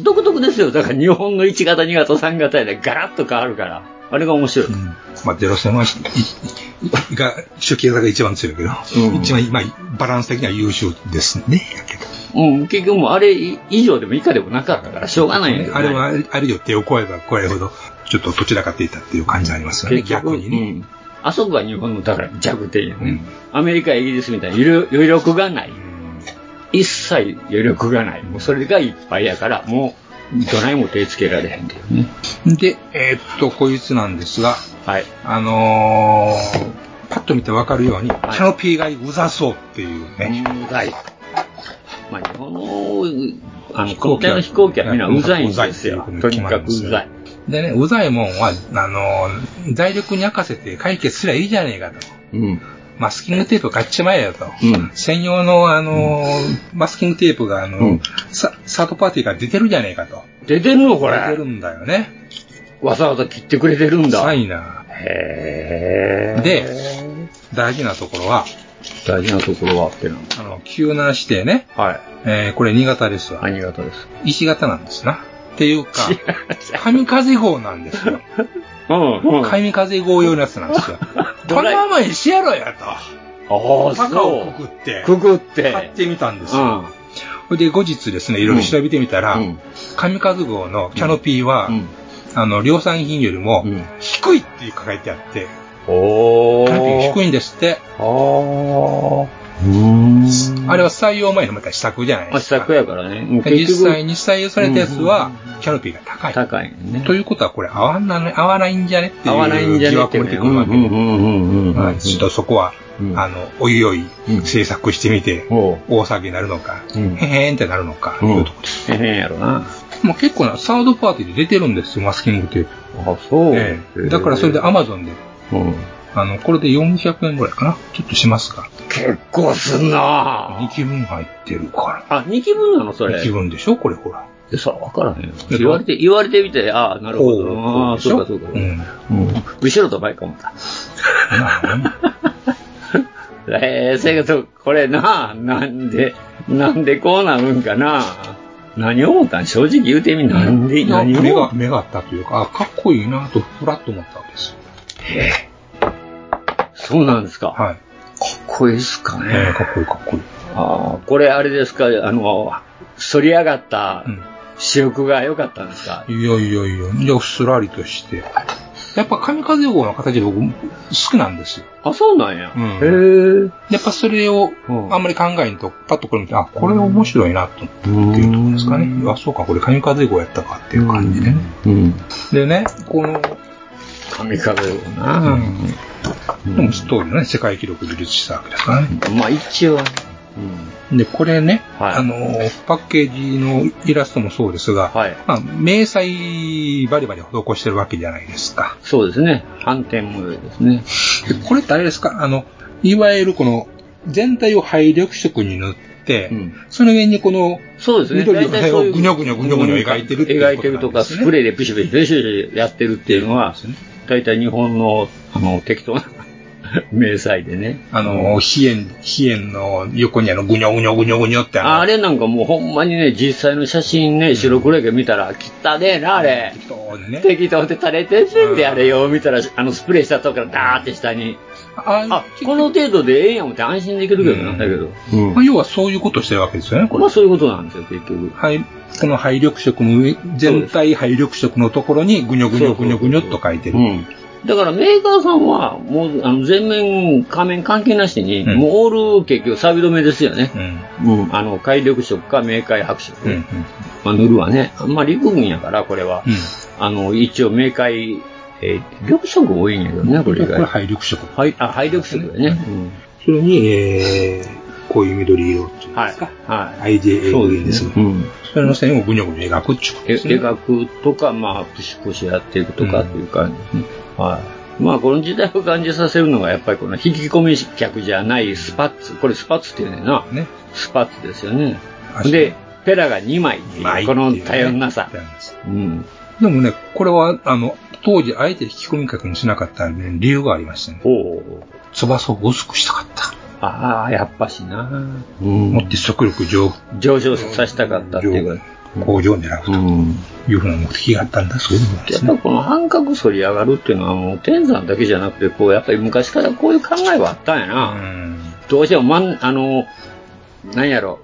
Speaker 9: 独特ですよ。だから日本の1型、2型、3型でガラッと変わるから。あれが面白い。
Speaker 10: うんまあ、ゼロ戦は、いいが、初期型が一番強いけど、
Speaker 9: うん
Speaker 10: 一番、まあ、バランス的には優秀ですね。やけど
Speaker 9: うん、結局もうあれ以上でも以下でもなかったから、しょうがないんだよね
Speaker 10: あれは、あれよ、手を加えば加えるほど、ちょっとどちらかっていたっていう感じがありますよね、
Speaker 9: 結
Speaker 10: 逆
Speaker 9: 局
Speaker 10: にね。
Speaker 9: うんあそこが日本のだから弱点よね、
Speaker 10: うん
Speaker 9: アメリカ、イギリスみたいに余力余力がない。一切余力がない。もうそれがいっぱいやから、もうどないも手つけられへんけどね。
Speaker 10: で、えーっと、こいつなんですが、
Speaker 9: はい。
Speaker 10: あのー、パッと見てわかるように、キ
Speaker 9: い
Speaker 10: ャノピーがうざそうっていうね。
Speaker 9: 問題。まあ、日本の、あの、国体の飛行機はみんなうざいんですよ。
Speaker 10: うん
Speaker 9: とにかくうざい。
Speaker 10: でね、うざいもんは、あのー、財力に任せて解決すりゃいいじゃねえかと。
Speaker 9: うん。
Speaker 10: マスキングテープ買っちまえよと。
Speaker 9: うん
Speaker 10: 専用の、あのーマスキングテープが、あのー
Speaker 9: うん
Speaker 10: さサードパーティーから出てるじゃねえかと。
Speaker 9: 出てんのこ
Speaker 10: 出て
Speaker 9: れ
Speaker 10: る。んだよね。
Speaker 9: わざわざ切ってくれてるんだ。
Speaker 10: サイナ
Speaker 9: へ
Speaker 10: ー。
Speaker 9: ー。
Speaker 10: で、大事なところは、
Speaker 9: 大事なところはってなの。
Speaker 10: あの、97指定ね、
Speaker 9: はい。
Speaker 10: えーこれ新潟ですわ。
Speaker 9: ありがとうです。
Speaker 10: 石型なんですな。っていう か、神風号なんですよ。
Speaker 9: うん、うん。
Speaker 10: 神風号用のやつなん ですよ。このままにしてやろうやと。
Speaker 9: ああ、
Speaker 10: バカ
Speaker 9: そ
Speaker 10: を
Speaker 9: う。
Speaker 10: くくって、
Speaker 9: くぐって。
Speaker 10: 買ってみたんです
Speaker 9: う
Speaker 10: よ。
Speaker 9: ん。
Speaker 10: それで後日ですね、いろいろ調べてみたら、神数号のキャノピーは、あの、量産品よりも、低いっていう書いてあって、
Speaker 9: お
Speaker 10: キャノピーが低いんですって。あれは採用前のまた試作じゃない
Speaker 9: ま
Speaker 10: で
Speaker 9: あ、
Speaker 10: す
Speaker 9: 試
Speaker 10: か。
Speaker 9: 作やからね。もう
Speaker 10: で
Speaker 9: 結
Speaker 10: 実
Speaker 9: 局
Speaker 10: 際に採用されたやつは、キャノピーが高い。
Speaker 9: 高いね。
Speaker 10: ということは、これ合わな、合わないんじゃねって
Speaker 9: 合わない
Speaker 10: い
Speaker 9: ん
Speaker 10: う
Speaker 9: じゃ
Speaker 10: 疑
Speaker 9: ねっ
Speaker 10: 惑
Speaker 9: て
Speaker 10: も
Speaker 9: ね。
Speaker 10: 出て
Speaker 9: う
Speaker 10: くる
Speaker 9: んう
Speaker 10: わけ
Speaker 9: ん
Speaker 10: で
Speaker 9: うんうんう
Speaker 10: は
Speaker 9: ん。
Speaker 10: い。ちょっとそこは、あの、おいおい、制作してみて、大騒ぎになるのか、
Speaker 9: うん
Speaker 10: へへんってなるのか、
Speaker 9: うん
Speaker 10: いうとこです。
Speaker 9: えへんやろな。
Speaker 10: もう結構な、サードパーティーで出てるんですよ、マスキングテープ。
Speaker 9: あ、そう。
Speaker 10: ええだからそれで Amazon で、
Speaker 9: うん。
Speaker 10: あの、これで400円ぐらいかな。ちょっとしますか。
Speaker 9: 結構すんなぁ
Speaker 10: 2気分入ってるか
Speaker 9: あ、2気分なのそ
Speaker 10: ら。
Speaker 9: れ。
Speaker 10: 2気分でしょこれほら。
Speaker 9: え、さ、わからへんよ。言われて、言われてみて、ああ、なるほど。ああ、
Speaker 10: でし
Speaker 9: そう
Speaker 10: ょ
Speaker 9: か、そうか。
Speaker 10: ん。
Speaker 9: うん後ろと前か思った。えー、せやけど、これな、なんで、なんでこうなるんかな。何を思ったん正直言うてみ、なんで、何
Speaker 10: 目
Speaker 9: を
Speaker 10: が、目があったというか、あ、かっこいいなと、ふらっと思ったわけですよ。
Speaker 9: そうなんですか。かっ
Speaker 10: はい。
Speaker 9: こいいっすか
Speaker 10: ええ
Speaker 9: ね。
Speaker 10: かっこいいかっこいい。
Speaker 9: ああ、これあれですか、あの、反り上がった
Speaker 10: うん
Speaker 9: 視力が良かったんですか。
Speaker 10: いやいやいや、じゃあすらりとして。やっぱ神風号の形僕好きなんですよ。
Speaker 9: あ、そうなんや。
Speaker 10: うん
Speaker 9: へえ。
Speaker 10: やっぱそれを
Speaker 9: うん
Speaker 10: あんまり考えんと、パッとこれ見て、あ、これ面白いなと思っていうところですかね。あ、そうか、これ神風号やったかっていう感じでね。
Speaker 9: うん。
Speaker 10: でね、この、
Speaker 9: 神風よ
Speaker 10: う
Speaker 9: な。
Speaker 10: ん、でもストーリーのね、世界記録樹立したわけですからね。
Speaker 9: まあ一応。うん。
Speaker 10: で、これね、
Speaker 9: はい
Speaker 10: あの、パッケージのイラストもそうですが、
Speaker 9: はい。
Speaker 10: まあ、明細バリバリ施してるわけじゃないですか。
Speaker 9: そうですね。反転模様ですね。
Speaker 10: でこれってあれですかあの、いわゆるこの、全体を配緑色に塗って、
Speaker 9: うん。
Speaker 10: その上にこの、
Speaker 9: そうですね。
Speaker 10: 緑の
Speaker 9: 大体そういう
Speaker 10: ぐにょぐにょぐにょぐにょ描いてるっていうことなんですね
Speaker 9: 描いてるとか、スプレーでピシピシピシピシやってるっていうのは、大体日本の、あの、適当な 迷彩でね。
Speaker 10: あの、飛燕、飛燕の横にあの、ぐにょぐにょぐにょぐにょって
Speaker 9: あ
Speaker 10: あの、
Speaker 9: れなんかもうほんまにね、実際の写真ね、白黒やけど見たら、汚ねえな、あれ。
Speaker 10: 適当にね。
Speaker 9: 適当で垂れてんねんで、あれよ、見たら、あの、スプレーしたとこからダーって下に。
Speaker 10: あ
Speaker 9: あ、この程度でええやん思って安心できるけどな、
Speaker 10: うん
Speaker 9: だけど。うん
Speaker 10: まあ、要はそういうことをしてるわけですよね、これ
Speaker 9: まあ。そういうことなんですよ、結局。
Speaker 10: はい。この配緑色の上、全体配緑色のところにぐにょぐにょぐにょぐにょっと描いてる。
Speaker 9: うん。だからメーカーさんは、もう、あの、全面、仮面関係なしに、
Speaker 10: うん
Speaker 9: もうオール結局サビ止めですよね
Speaker 10: う。ん。
Speaker 9: うん。あの、解力色か明快白色。
Speaker 10: うん。うん。
Speaker 9: まあ、塗るはね。まあ、陸軍やから、これは。
Speaker 10: うん
Speaker 9: あの、一応明快、えー、緑色多いんやけどね、こ
Speaker 10: こ
Speaker 9: れ
Speaker 10: れ
Speaker 9: 以外。
Speaker 10: 配緑色。
Speaker 9: はい、あ、配緑色だよね。うん。
Speaker 10: それに、えー、こういう緑色っていうん
Speaker 9: は
Speaker 10: で
Speaker 9: い
Speaker 10: すか。。
Speaker 9: はい。
Speaker 10: IJA
Speaker 9: そう
Speaker 10: で
Speaker 9: ですす
Speaker 10: が
Speaker 9: ね。うん。
Speaker 10: それの線をぐにょぐにょ描くっていうこと
Speaker 9: え
Speaker 10: ですね。
Speaker 9: 描くとか、まあ、プシプシやっていくとか
Speaker 10: うん
Speaker 9: っていう感じですね。はい。まあ、この時代を感じさせるのが、やっぱりこの引き込み客じゃないスパッツ。これスパッツっていうねんな。
Speaker 10: ね。
Speaker 9: スパッツですよね。
Speaker 10: 足
Speaker 9: で、ペラが2枚っていう
Speaker 10: まあ
Speaker 9: この
Speaker 10: いいっていうね
Speaker 9: 多様なさ
Speaker 10: 多。様なさ
Speaker 9: うん。
Speaker 10: でもね、これは、あの、当時、あえて引き込み客にしなかったね理由がありましたね。
Speaker 9: ほう。
Speaker 10: 翼を薄くしたかった。
Speaker 9: ああ、やっぱしな。うん
Speaker 10: もって速力上昇
Speaker 9: 上昇させたかったっていうか。
Speaker 10: 向上を狙うと
Speaker 9: うん。
Speaker 10: いうふうな目的があったんだ、そういうことで
Speaker 9: やっ
Speaker 10: す
Speaker 9: ぱ
Speaker 10: ね。
Speaker 9: この半角反り上がるっていうのはもう天山だけじゃなくて、こう、やっぱり昔からこういう考えはあったんや
Speaker 10: う
Speaker 9: な。
Speaker 10: ん。
Speaker 9: どうしても、まん、あの、なんやろ、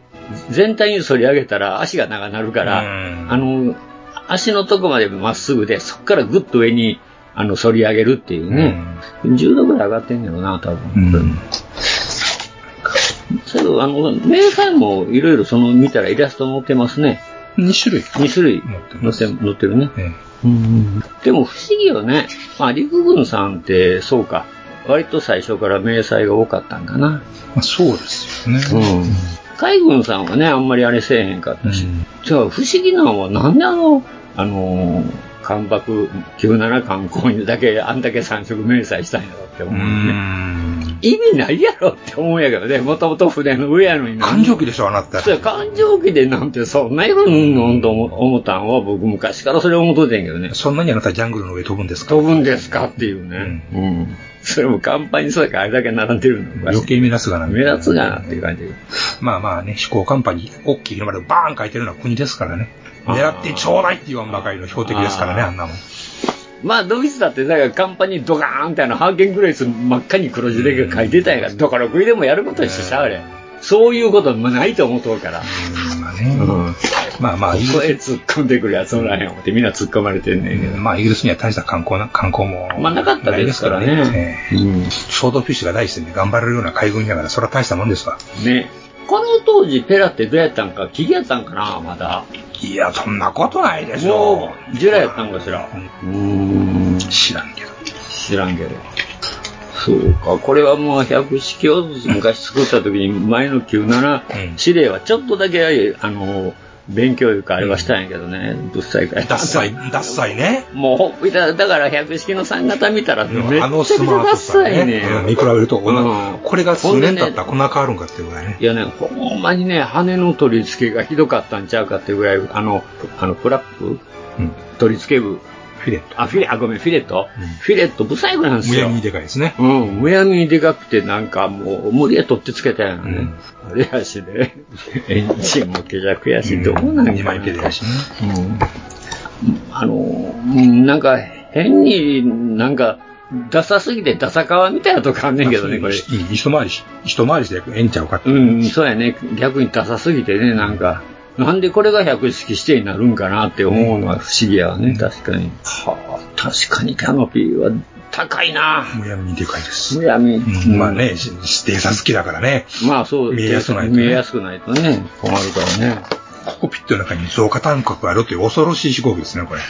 Speaker 9: 全体に反り上げたら足が長なるから、
Speaker 10: うん
Speaker 9: あの、足のとこまでまっすぐで、そこからぐっと上に、あの、反り上げるっていうね。10度ぐらい上がってんねやろな、多
Speaker 10: う
Speaker 9: 分。
Speaker 10: ん。うん。
Speaker 9: それあの、明細もいろいろその、見たらイラスト載ってますね。
Speaker 10: 2種類。
Speaker 9: 2種類
Speaker 10: 載って
Speaker 9: 載
Speaker 10: ま
Speaker 9: って
Speaker 10: す
Speaker 9: 載ってるね。
Speaker 10: え
Speaker 9: でも不思議よね。まあ、陸軍さんって、そうか。割と最初から明細が多かったんかな。
Speaker 10: えまあ、そうですよね。
Speaker 9: 海軍さんはね、あんまりあれせえへんかったし、
Speaker 10: うん
Speaker 9: じゃあ不思議なのは、なんであの、あのー、関白97観光にだけ、あんだけ三色明細したんやろって思
Speaker 10: う
Speaker 9: うね。
Speaker 10: ん。
Speaker 9: 意味ないやろって思うんやけどね、もともと船の上やのにな
Speaker 10: 感情期でしょ、あなた。
Speaker 9: そう感情期でなんてそんな色塗んのと思思ったんは、僕昔からそれ思っとってんけどね。
Speaker 10: そんなにあなたジャングルの上飛ぶんですか
Speaker 9: 飛ぶんですかっていうね。うん。それも乾杯にそうやからあれだけ並んでるの。
Speaker 10: 余計目立つがな。
Speaker 9: 目立つがなっていう感じ。
Speaker 10: まあまあね、飛行カンパニー、大きい日の丸でバーン書いてるのは国ですからね。
Speaker 9: あー
Speaker 10: 狙ってちょうだいって言わんばかりの標的ですからね、
Speaker 9: あー
Speaker 10: あんなもん。
Speaker 9: まあ、ドイツだって、だから、カンパニードカーンってあの、ハーゲングレイス真っ赤に黒字で書いてたんやから、どこの国でもやることにしてしゃあれ。そういうこともないと思うとるから。
Speaker 10: まあね。まあまあ、
Speaker 9: ここへ突っ込んでくるやつおらへん思ってみんな突っ込まれてんねんけど。
Speaker 10: まあ、イギリスには大した観光な、観光も。
Speaker 9: まあなかったですからね。
Speaker 10: ええショートフィッシュが第一線で頑張れるような海軍だから、それは大したもんですわ。
Speaker 9: ね。この当時、ペラってどうやったんか、ギやったんかな、まだ。
Speaker 10: いや、そんなことないでし
Speaker 9: も
Speaker 10: ょ。
Speaker 9: う、ジュラやったんかしら。うん。
Speaker 10: 知らんけど。
Speaker 9: 知らんけど。そうか、これはもう百式を昔作った時に前の97指令はちょっとだけ、あの、勉強いうかあれはしたんやけどね、ぶっさいから。
Speaker 10: ダッサイ、ダッサイね。
Speaker 9: もう、だだから百式の3型見たら、めっち
Speaker 10: あ
Speaker 9: ゃ
Speaker 10: の
Speaker 9: く
Speaker 10: ス
Speaker 9: ちゃ
Speaker 10: マ
Speaker 9: ダ
Speaker 10: ー
Speaker 9: ッ
Speaker 10: トさ
Speaker 9: サい
Speaker 10: ね
Speaker 9: ね。。
Speaker 10: うん見比べると、こん
Speaker 9: う
Speaker 10: なんこれが数年経ったらこんな変わるんかっていうぐらいね。
Speaker 9: いやね、ほんまにね、羽の取り付けがひどかったんちゃうかっていうぐらい、あの、あの、フラップ
Speaker 10: うん。
Speaker 9: 取り付け部。
Speaker 10: フィレット。
Speaker 9: あ、フィレ、あ、ごめん、フィレット、
Speaker 10: うん
Speaker 9: フィレット、不細工なんです
Speaker 10: むや
Speaker 9: よ。
Speaker 10: みにでかいですね。
Speaker 9: うん、むやみにでかくて、なんかもう、無理や取ってつけたやんね。あれやしね、エンジンも気弱やし、どうなん
Speaker 10: 二
Speaker 9: や
Speaker 10: 枚
Speaker 9: ろ
Speaker 10: ペレやしね。
Speaker 9: あの、うんなんか、変になんか、ダサすぎてダサ川みたいなとこあんねんけどね、これ。
Speaker 10: うん一回りし、一回りしてええんちゃうかって。
Speaker 9: うん、そうやね。逆にダサすぎてね、なんか、なんでこれが百式指定になるんかなって思うのは不思議やわね、確かに。はあ、確かにキャノピーは高いな。
Speaker 10: むやみにでかいです。
Speaker 9: むやみ。
Speaker 10: うんまあね、し偵察機だからね。
Speaker 9: まあそう、
Speaker 10: 見えやすくないとね
Speaker 9: 見えやすくないとね、困るからね。
Speaker 10: コックピットの中に増加タンクがあるという恐ろしい飛行機ですね、これ。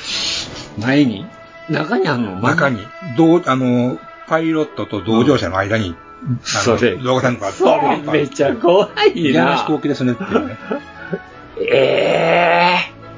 Speaker 9: 前に中にあんの
Speaker 10: 中。に、どう、あの、パイロットと同乗者の間に、あ
Speaker 9: そ
Speaker 10: の
Speaker 9: れ、
Speaker 10: 増加タンクが
Speaker 9: それめっちゃ怖い
Speaker 10: いらない
Speaker 9: な
Speaker 10: 飛。行機ですねっていうね。
Speaker 9: ええ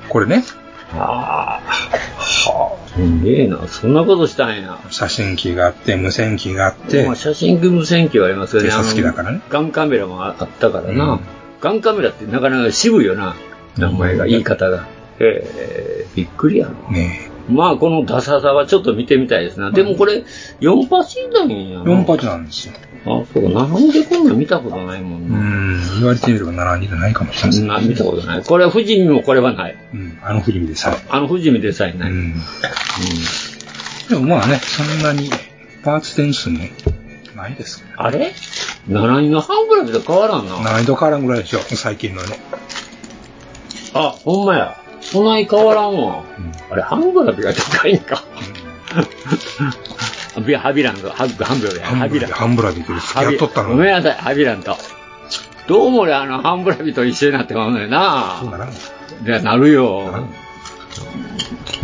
Speaker 10: これね、
Speaker 9: ー。はあ。はあ。すげえな。そんなことしたんや。
Speaker 10: 写真機があって、無線機があって
Speaker 9: まあ、、写真機無線機はありますよね。
Speaker 10: 偵察機だからね
Speaker 9: あのガンカメラもあったからな。
Speaker 10: うん
Speaker 9: ガンカメラってなかなか渋いよな。名前が、言い方が。えー、びっくりやな。
Speaker 10: ね
Speaker 9: まあ、このダサさはちょっと見てみたいですな。でもこれ、4パシーなんやな。
Speaker 10: 4パーツなんですよ。
Speaker 9: あ、そう。なんでこんなん見たことないもん
Speaker 10: う
Speaker 9: な。
Speaker 10: ん、言われてみれば並んでないかもしれません。
Speaker 9: な見たことない。これは富士見もこれはない。
Speaker 10: うん、あの振りでさ
Speaker 9: あの富士見でさえ
Speaker 10: え。
Speaker 9: な
Speaker 10: う
Speaker 9: い。うん
Speaker 10: ん。でもまあね、そんなにパーツ点数もないですから。
Speaker 9: あれ ?7 人の半ぐらいで変わらんな。
Speaker 10: 難易度からんぐらいでしょ、最近のね。
Speaker 9: あ、ほんまや。そない変わらんわ。あれ、ハングラビが高いんか。 ビハビランと、ハハンブラビや。
Speaker 10: ハ
Speaker 9: ハ
Speaker 10: ンブ
Speaker 9: ビ
Speaker 10: ラ
Speaker 9: ラン
Speaker 10: ビ、。ハンブラビという付き合っとったの。
Speaker 9: ごめんなさい、ハビランと。どうも俺、あの、ハンブラビと一緒になってまうのよ
Speaker 10: そうな
Speaker 9: な。
Speaker 10: らん
Speaker 9: いや、なるよ。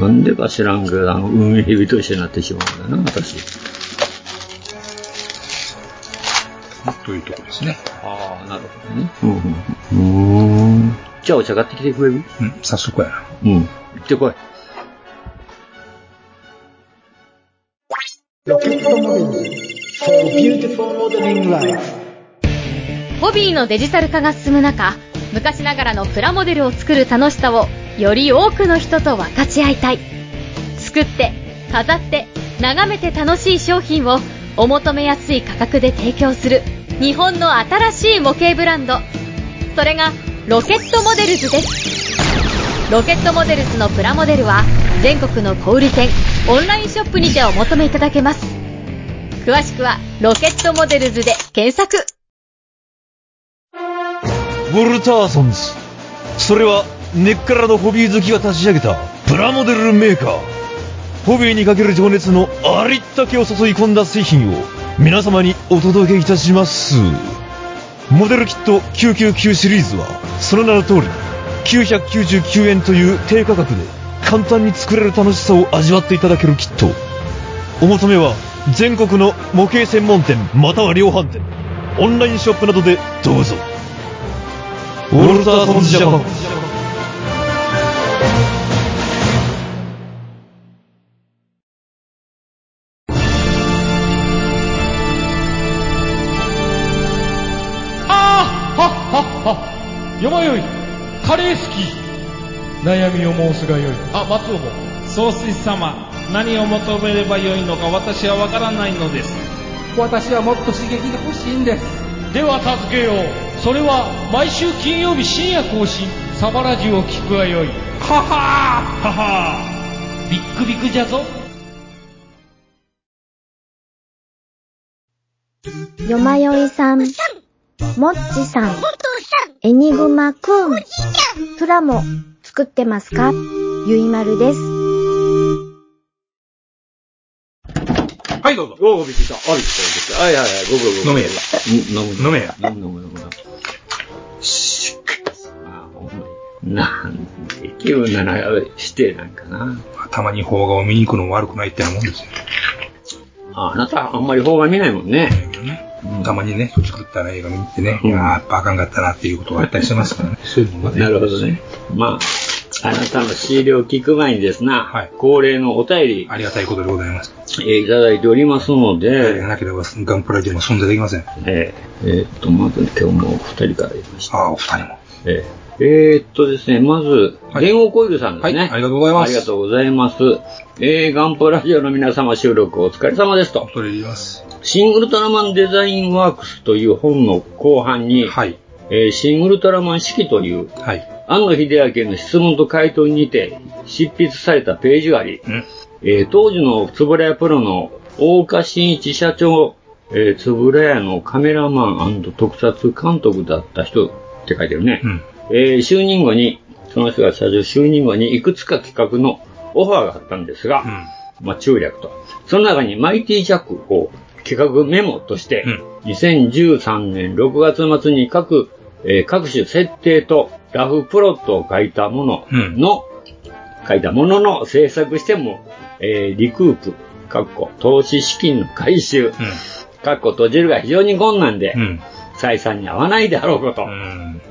Speaker 9: なんでか知らんけど、あの、海蛇と一緒になってしまうんだよな、私。
Speaker 10: というところですね。
Speaker 9: ああ、なるほどね。うん。うん。じゃあ、お茶買ってきてくれる
Speaker 10: うん、早速やな。
Speaker 9: うん。行ってこい。
Speaker 11: ホビーのデジタル化が進む中昔ながらのプラモデルを作る楽しさをより多くの人と分かち合いたい作って飾って眺めて楽しい商品をお求めやすい価格で提供する日本の新しい模型ブランドそれがロケットモデルズですロケットモデルズのプラモデルは全国の小売店オンラインショップにてお求めいただけます詳しくは「ロケットモデルズ」で検索
Speaker 12: ウォルターソンズそれは根っからのホビー好きが立ち上げたプラモデルメーカーホビーにかける情熱のありったけを注い込んだ製品を皆様にお届けいたしますモデルキット999シリーズはその名の通り999円という低価格で簡単に作れる楽しさを味わっていただけるキットお求めは全国の模型専門店または量販店オンラインショップなどでどうぞウォルターソンズジャパン
Speaker 13: ああはっはっは山よいカレー好き悩みを申すがよいあ松尾も総帥様何を求めればよいのか私はわからないのです私はもっと刺激が欲しいんですでは助けようそれは毎週金曜日深夜更新サバラジュを聞くがよいははーははービックビックじゃぞ
Speaker 7: よまよいさん、もっちさん、
Speaker 14: エニグマくん、プラモ作ってますかゆいまるです。
Speaker 10: はい、どうぞ。
Speaker 9: おお、びっくりした。あ、びっくりした。はいはいはい、ごめんごめん。
Speaker 10: 飲めや飲めや。
Speaker 9: 飲飲む飲む飲む。しなんで急な流れしてなんかな。
Speaker 10: たまに邦画を見に行くのも悪くないってなもんですよ。
Speaker 9: ああなた、あんまり方が見ないもんね。
Speaker 10: たまにね、作ったら映画見てね、いやーやっぱあかんかったなっていうことがあったりしますからね。そういうのもね。
Speaker 9: なるほどね。まあ、あなたの資料聞く前にですな、恒例のお便り。
Speaker 10: ありがたいことでございます。
Speaker 9: えーいただいておりますので、
Speaker 10: なければガンプラでも存在できません。
Speaker 9: えーえーっと、まず今日もお二人から言いました。
Speaker 10: ああ、お二人も。
Speaker 9: えーえーっとですね、まず、電王コイルさんですね、ありがとうございます。ありがとうございます。えー、ガンプラジオの皆様収録お疲れ様ですと。
Speaker 10: それでいます。
Speaker 9: シングルトラマンデザインワークスという本の後半に、えーシングルトラマン式という、庵野秀明の質問と回答にて執筆されたページがあり、えー当時のつぶらやプロの大岡真一社長、えー、つぶらやのカメラマン特撮監督だった人って書いてるね。えー就任後に、その人が社長就任後にいくつか企画のオファーがあったんですが、まあ、中略と。その中にマイティジャックを企画メモとして、2013年6月末に各、えー各種設定とラフプロットを書いたものの、書いたものの制作しても、えーリクープ、かっこ投資資金の回収、かっこ閉じるが非常に困難で、採算に合わないであろうこと。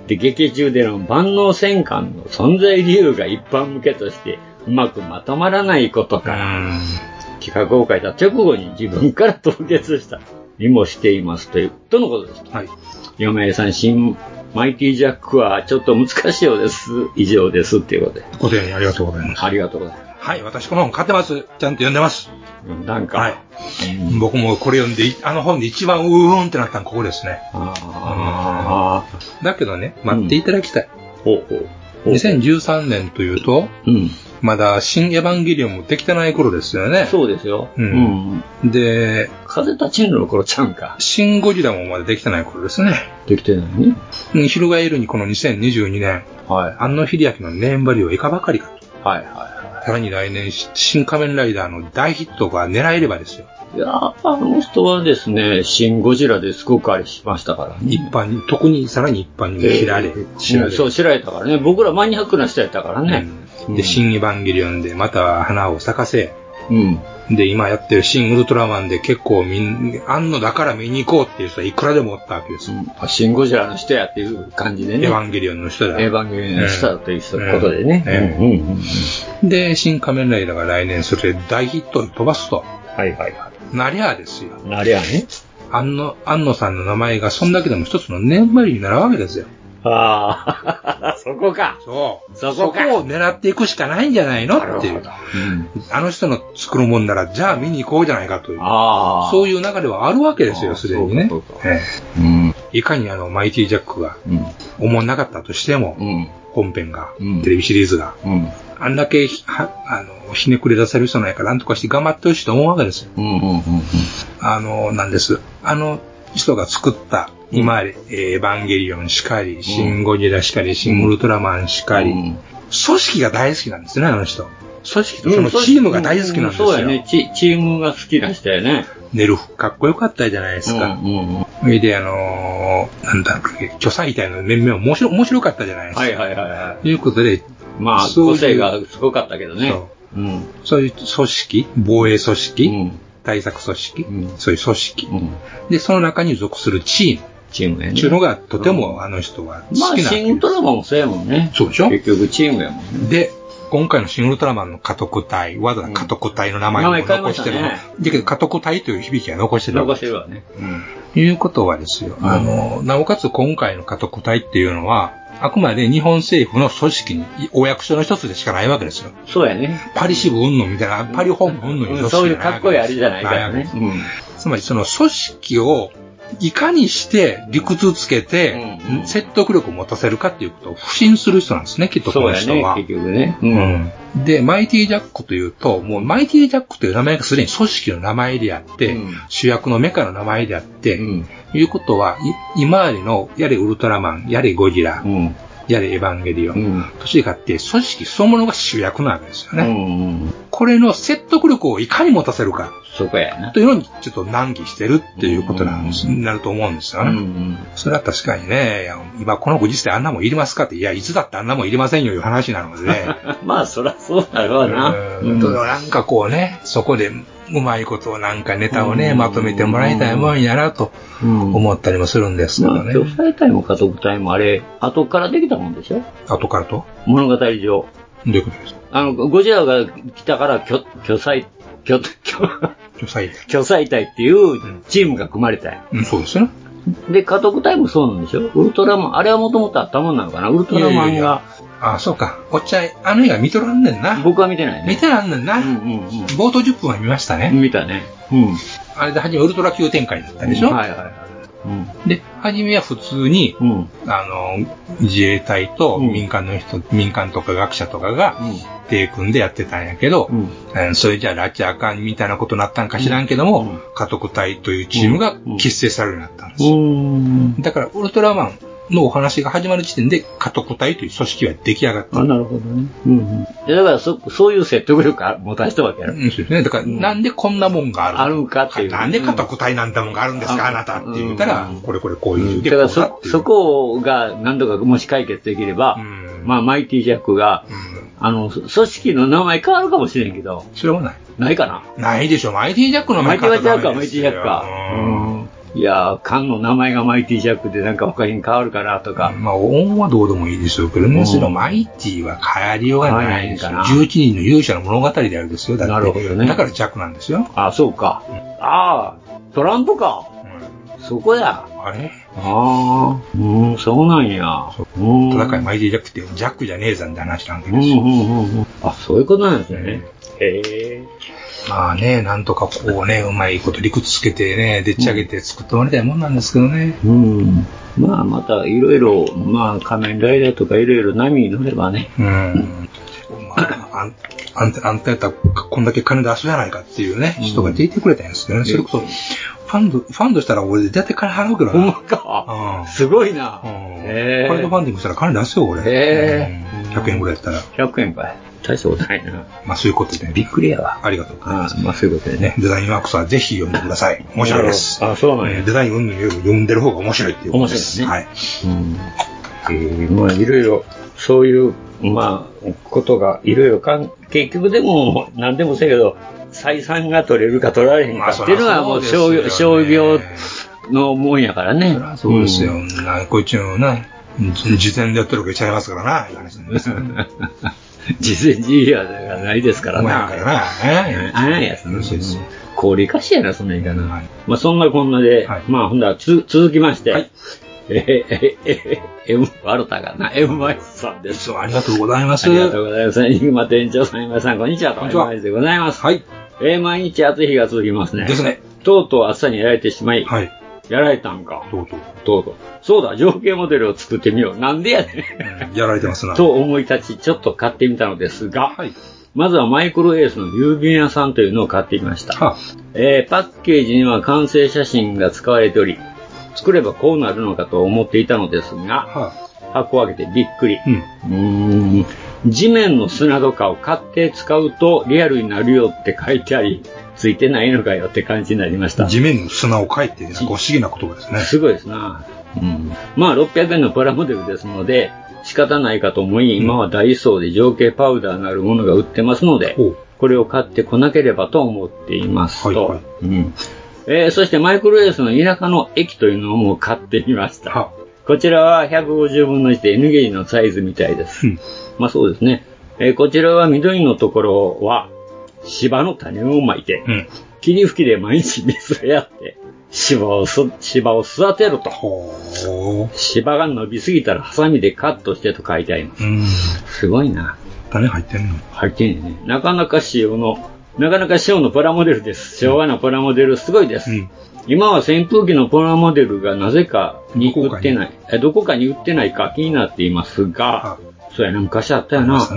Speaker 9: で、劇中での万能戦艦の存在理由が一般向けとして、うまくまとまらないことから、企画を書いた直後に自分から凍結したりもしていますという、とのことです。はい。嫁さん、新マイティジャックはちょっと難しいようです。以上です。っていうことで。
Speaker 10: お手紙ありがとうございます。
Speaker 9: ありがとうございます。
Speaker 10: はい、私この本買ってます。ちゃんと読んでます。
Speaker 9: 読んだんか。
Speaker 10: はい。僕もこれ読んで、あの本で一番うーんってなったのここですね。
Speaker 9: あ
Speaker 10: あ。だけどね、待っていただきたい。
Speaker 9: ほうほう。
Speaker 10: 2013年というと、まだ新エヴァンゲリオンもできてない頃ですよね。
Speaker 9: そうですよ。
Speaker 10: うん。で、
Speaker 9: 風立ちぬの頃ちゃんか。
Speaker 10: シン・ゴジラもまだできてない頃ですね。
Speaker 9: できてないね。
Speaker 10: うん、翻るにこの2022年、
Speaker 9: はい。
Speaker 10: 安野秀明のネームバリューはいかばかりかと。
Speaker 9: はいは
Speaker 10: さらに来年、し新仮面ライダーの大ヒットが狙えればですよ。
Speaker 9: い。いやーあの人はですね、シン・ゴジラですごくあれしましたからね。
Speaker 10: 一般に、特に、さらに一般に知られ、知ら
Speaker 9: うん
Speaker 10: れ。
Speaker 9: そう、知られたからね。僕らマニアックな人やったからね。
Speaker 10: で、新エヴァンゲリオンでまた花を咲かせ、
Speaker 9: うん。
Speaker 10: で、今やってる新ウルトラマンで結構みん、あんのだから見に行こうっていう人はいくらでもおったわけです。
Speaker 9: あシン・ゴジラの人やっていう感じでね。
Speaker 10: エヴァンゲリオンの人だ。
Speaker 9: エヴァンゲリオンの人だということでね。うんうんうん
Speaker 10: で、新仮面ライダーが来年それで大ヒットを飛ばすと。
Speaker 9: はいはいは
Speaker 10: なりゃですよ。
Speaker 9: い。なりゃね。
Speaker 10: 安野、安野さんの名前がそんだけでも一つの年ンバリューになるわけですよ。
Speaker 9: ああ、 そこか。
Speaker 10: そう。
Speaker 9: そこか。
Speaker 10: を狙っていくしかないんじゃないのっていう。あの人の作るもんなら、じゃあ見に行こうじゃないかという。
Speaker 9: ああ。
Speaker 10: そういう流れはあるわけですよ、すでにね。え
Speaker 9: うん。
Speaker 10: えいかにあの、マイティジャックが、おもんなかったとしても、本編が、テレビシリーズが、
Speaker 9: うん。
Speaker 10: あんだけひはあの、ひねくれ出せる人なんやから、なんとかして頑張ってほしいと思うわけですよ。
Speaker 9: うんうんうんうん。
Speaker 10: あの、なんです。あの人が作った、今、えーエヴァンゲリオンしかり、シン・ゴジラしかり、シン・ウルトラマンしかり、組織が大好きなんですね、あの人。組織とそのチームが大好きなんですよ。
Speaker 9: そうやね。チチームが好きな人やね。
Speaker 10: ネルフ、かっこよかったじゃないですか。それで、あのーなんだっけ、巨彩隊の面々も面白面白かったじゃないですか。
Speaker 9: はいはいはいはい。
Speaker 10: ということで、
Speaker 9: まあ、
Speaker 10: そうい
Speaker 9: 個
Speaker 10: う
Speaker 9: 性がすごかったけどね。
Speaker 10: そう,、
Speaker 9: ん、
Speaker 10: そういう組織、防衛組織、対策組織、そういう組織、で、その中に属するチーム。
Speaker 9: チームやね
Speaker 10: っていうのが、とてもあの人は好きな
Speaker 9: ま
Speaker 10: わ
Speaker 9: あ、
Speaker 10: けです
Speaker 9: シン・ウルトラマンもそうやもんね。
Speaker 10: そうでしょ
Speaker 9: 結局チームやもんね。
Speaker 10: で、今回のシン・ウルトラマンの家督隊、わざわざ家督隊の名前を
Speaker 9: 名前変えま
Speaker 10: 残
Speaker 9: し
Speaker 10: したて
Speaker 9: ね
Speaker 10: る、だけど家督隊という響きは残してるわけ
Speaker 9: 残してるわね。
Speaker 10: いうことはですよ、あの、なおかつ今回の家督隊っていうのは、あくまで日本政府の組織に、お役所の一つでしかないわけですよ。
Speaker 9: そうやね。
Speaker 10: パリ支部云々みたいな、パリ本部云々の組織
Speaker 9: そういうかっこいいあれじゃないから
Speaker 10: わけです
Speaker 9: ね。うん。
Speaker 10: つまりその組織をいかにして理屈つけて、説得力を持たせるかっていうことを不信する人なんですね、きっとこの人は。
Speaker 9: そうやね結局ね
Speaker 10: うんで、マイティジャックというと、もうマイティジャックという名前がすでに組織の名前であって、主役のメカの名前であって、いうことは、い今までの、やれウルトラマン、やれゴジラ、やれエヴァンゲリオン、と違って、組織そのものが主役なわけですよね。これの説得力をいかに持たせるか。
Speaker 9: そこやな。
Speaker 10: というのにちょっと難儀してるっていうことなんです、なると思うんですよね。それは確かにね、いや今このご時世あんなもんいりますかって、いや、いつだってあんなもんいりませんよいう話なのでね。
Speaker 9: まあ、そらそうだろうな。
Speaker 10: うんだからなんかこうね、そこでうまいことをなんかネタをね、まとめてもらいたいもんやなと思ったりもするんですけどね。
Speaker 9: 共済体も家族体もあれ、後からできたもんでしょ
Speaker 10: 後からと
Speaker 9: 物語上。
Speaker 10: どういうことですか
Speaker 9: あの、ゴジラが来たから、巨、巨災、巨、巨、
Speaker 10: 巨災隊。
Speaker 9: 巨災隊っていうチームが組まれたやん
Speaker 10: うん、そうですね。
Speaker 9: で、家督隊もそうなんでしょウルトラマン、あれはもともとあったもんなのかなウルトラマ
Speaker 10: いやいや
Speaker 9: ン
Speaker 10: い
Speaker 9: が
Speaker 10: や。あそうか。おっちゃん、あの映画見とらんねんな。
Speaker 9: 僕は見てないね。
Speaker 10: 見てらんねんな。冒頭10分は見ましたね。
Speaker 9: 見たね。うん。
Speaker 10: あれで初めウルトラ急展開だったでしょ、
Speaker 9: はいはいはい。
Speaker 10: で、初めは普通に、あの、自衛隊と民間の人、民間とか学者とかが、手組んでやってたんやけど、うんそれじゃあ拉致あかんみたいなことになったんか知らんけども、家督隊というチームが結成されるようになったんですよ。だから、ウルトラマンのお話が始まる時点で、家督隊という組織は出来上がった。
Speaker 9: あ、なるほどね。うんうん。でだからそ、そういう説得力を持たせたわけやろ。
Speaker 10: うん、そうですね。だから、なんでこんなもんがある
Speaker 9: あるんかっていう。
Speaker 10: なんで家督隊なんだもんがあるんですか、あなたって言ったら、これこれこういう。
Speaker 9: だからそ、そこが何度かもし解決できれば、まあ、マイティジャックが、あの、組織の名前変わるかもしれんけど。
Speaker 10: それはない。
Speaker 9: ないかな。
Speaker 10: ないでしょ、マイティジャックの
Speaker 9: マ
Speaker 10: 前
Speaker 9: イティジャックか、マ
Speaker 10: マ
Speaker 9: イ
Speaker 10: イ
Speaker 9: ティジャックか。うん。いやー、缶の名前がマイティジャックでなんか他に変わるかなとか。
Speaker 10: まあ、音はどうでもいいでしょうけど
Speaker 9: うん
Speaker 10: ね、そのマイティは変わりようがないですよ。
Speaker 9: 変わらないんかな
Speaker 10: 11人の勇者の物語であるですよ、だって。
Speaker 9: なるほどね
Speaker 10: だからジャックなんですよ。
Speaker 9: あ、そうか。ああ、トランプか。そこだ。
Speaker 10: あれ
Speaker 9: ああ、うん、そうなんや。
Speaker 10: 戦いマイティジャックって、ジャックじゃねえざんって話なんで
Speaker 9: うんうんうんうん。あ、そういうことなんですね。へえ。
Speaker 10: まあね、なんとかこうね、うまいこと理屈つけてね、でっち上げて作ってもらいたいもんなんですけどね。
Speaker 9: うん。まあ、またいろいろ、まあ、仮面ライダーとかいろいろ波に乗ればね。
Speaker 10: うん。あんあんた、あんたやったらこんだけ金出すじゃないかっていうね、人が出てくれたんですけどね。それこそ、ファンド、ファンドしたら俺絶対金払うけどな。ほんま
Speaker 9: か。 すごいな。
Speaker 10: うん。クラウドファンディングしたら金出すよ、俺。うん100円ぐらいやったら。
Speaker 9: 100円かい。大したことないな。
Speaker 10: まあそういうことで。
Speaker 9: びっくりやわ。
Speaker 10: ありがとうございます。
Speaker 9: まあそういうことでね。
Speaker 10: デザインワークスはぜひ読んでください。面白いです。
Speaker 9: あ、そうなん
Speaker 10: えーデザイン運動より読んでる方が面白いっていうことです。
Speaker 9: 面白
Speaker 10: はい。
Speaker 9: うん。えーまあいろいろ、そういう、まあ、ことがいろいろかん、結局でも、何でもせやけど、採算が取れるか取られへんかっていうのはもう商業、商業のもんやからね。
Speaker 10: そうですよ。なこいつのね、事前でやってるわけちゃいますからな、いう話なんですよ
Speaker 9: 事前事業がないですからね。
Speaker 10: ほんまやからな
Speaker 9: ええああやつの高利化しやな、そんなんいかな。まあ、そんなこんなで、まあ、ほんだらつ続きまして、えええええ、M、悪たがな、M マイスさんです。
Speaker 10: ありがとうございます。
Speaker 9: ありがとうございます。ニグマ店長さん、皆さん、こんにちは。こんにちは。でございます。
Speaker 10: はい。
Speaker 9: えー毎日暑い日が続きますね。
Speaker 10: ですね。
Speaker 9: とうとう暑さにやられてしまい、
Speaker 10: はい。
Speaker 9: やられたんか。
Speaker 10: とうとう。
Speaker 9: とうとう。そうだ、情景モデルを作ってみよう。なんでやね
Speaker 10: ん。やられてますな。
Speaker 9: と思い立ち、ちょっと買ってみたのですが、まずはマイクロエースの郵便屋さんというのを買ってみました。えーパッケージには完成写真が使われており、作ればこうなるのかと思っていたのですが、箱を開けてびっくり。うーん地面の砂とかを買って使うとリアルになるよって書いてあり、ついてないのかよって感じになりました。
Speaker 10: 地面の砂をかいて、なんか不思議な言葉ですね。
Speaker 9: すごいですな。まあ600円のプラモデルですので、仕方ないかと思い、今はダイソーで情景パウダーなるものが売ってますので、これを買ってこなければと思っていますと。うんえーそしてマイクロエースの田舎の駅というのも買ってみました。こちらは150分の1で N ゲージのサイズみたいです。まあそうですね。えーこちらは緑のところは芝の種をまいて、霧吹きで毎日水をやって、芝をそ芝を育てると。芝が伸びすぎたらハサミでカットしてと書いてあります。
Speaker 10: うん。
Speaker 9: すごいな。
Speaker 10: 種入ってんの
Speaker 9: 入ってんね。なかなか仕様の、なかなか仕様のプラモデルです。昭和のプラモデルすごいです。今は扇風機のプラモデルがなぜかに売ってない、えどこかに売ってないか気になっていますが、そうやな、昔あったよな。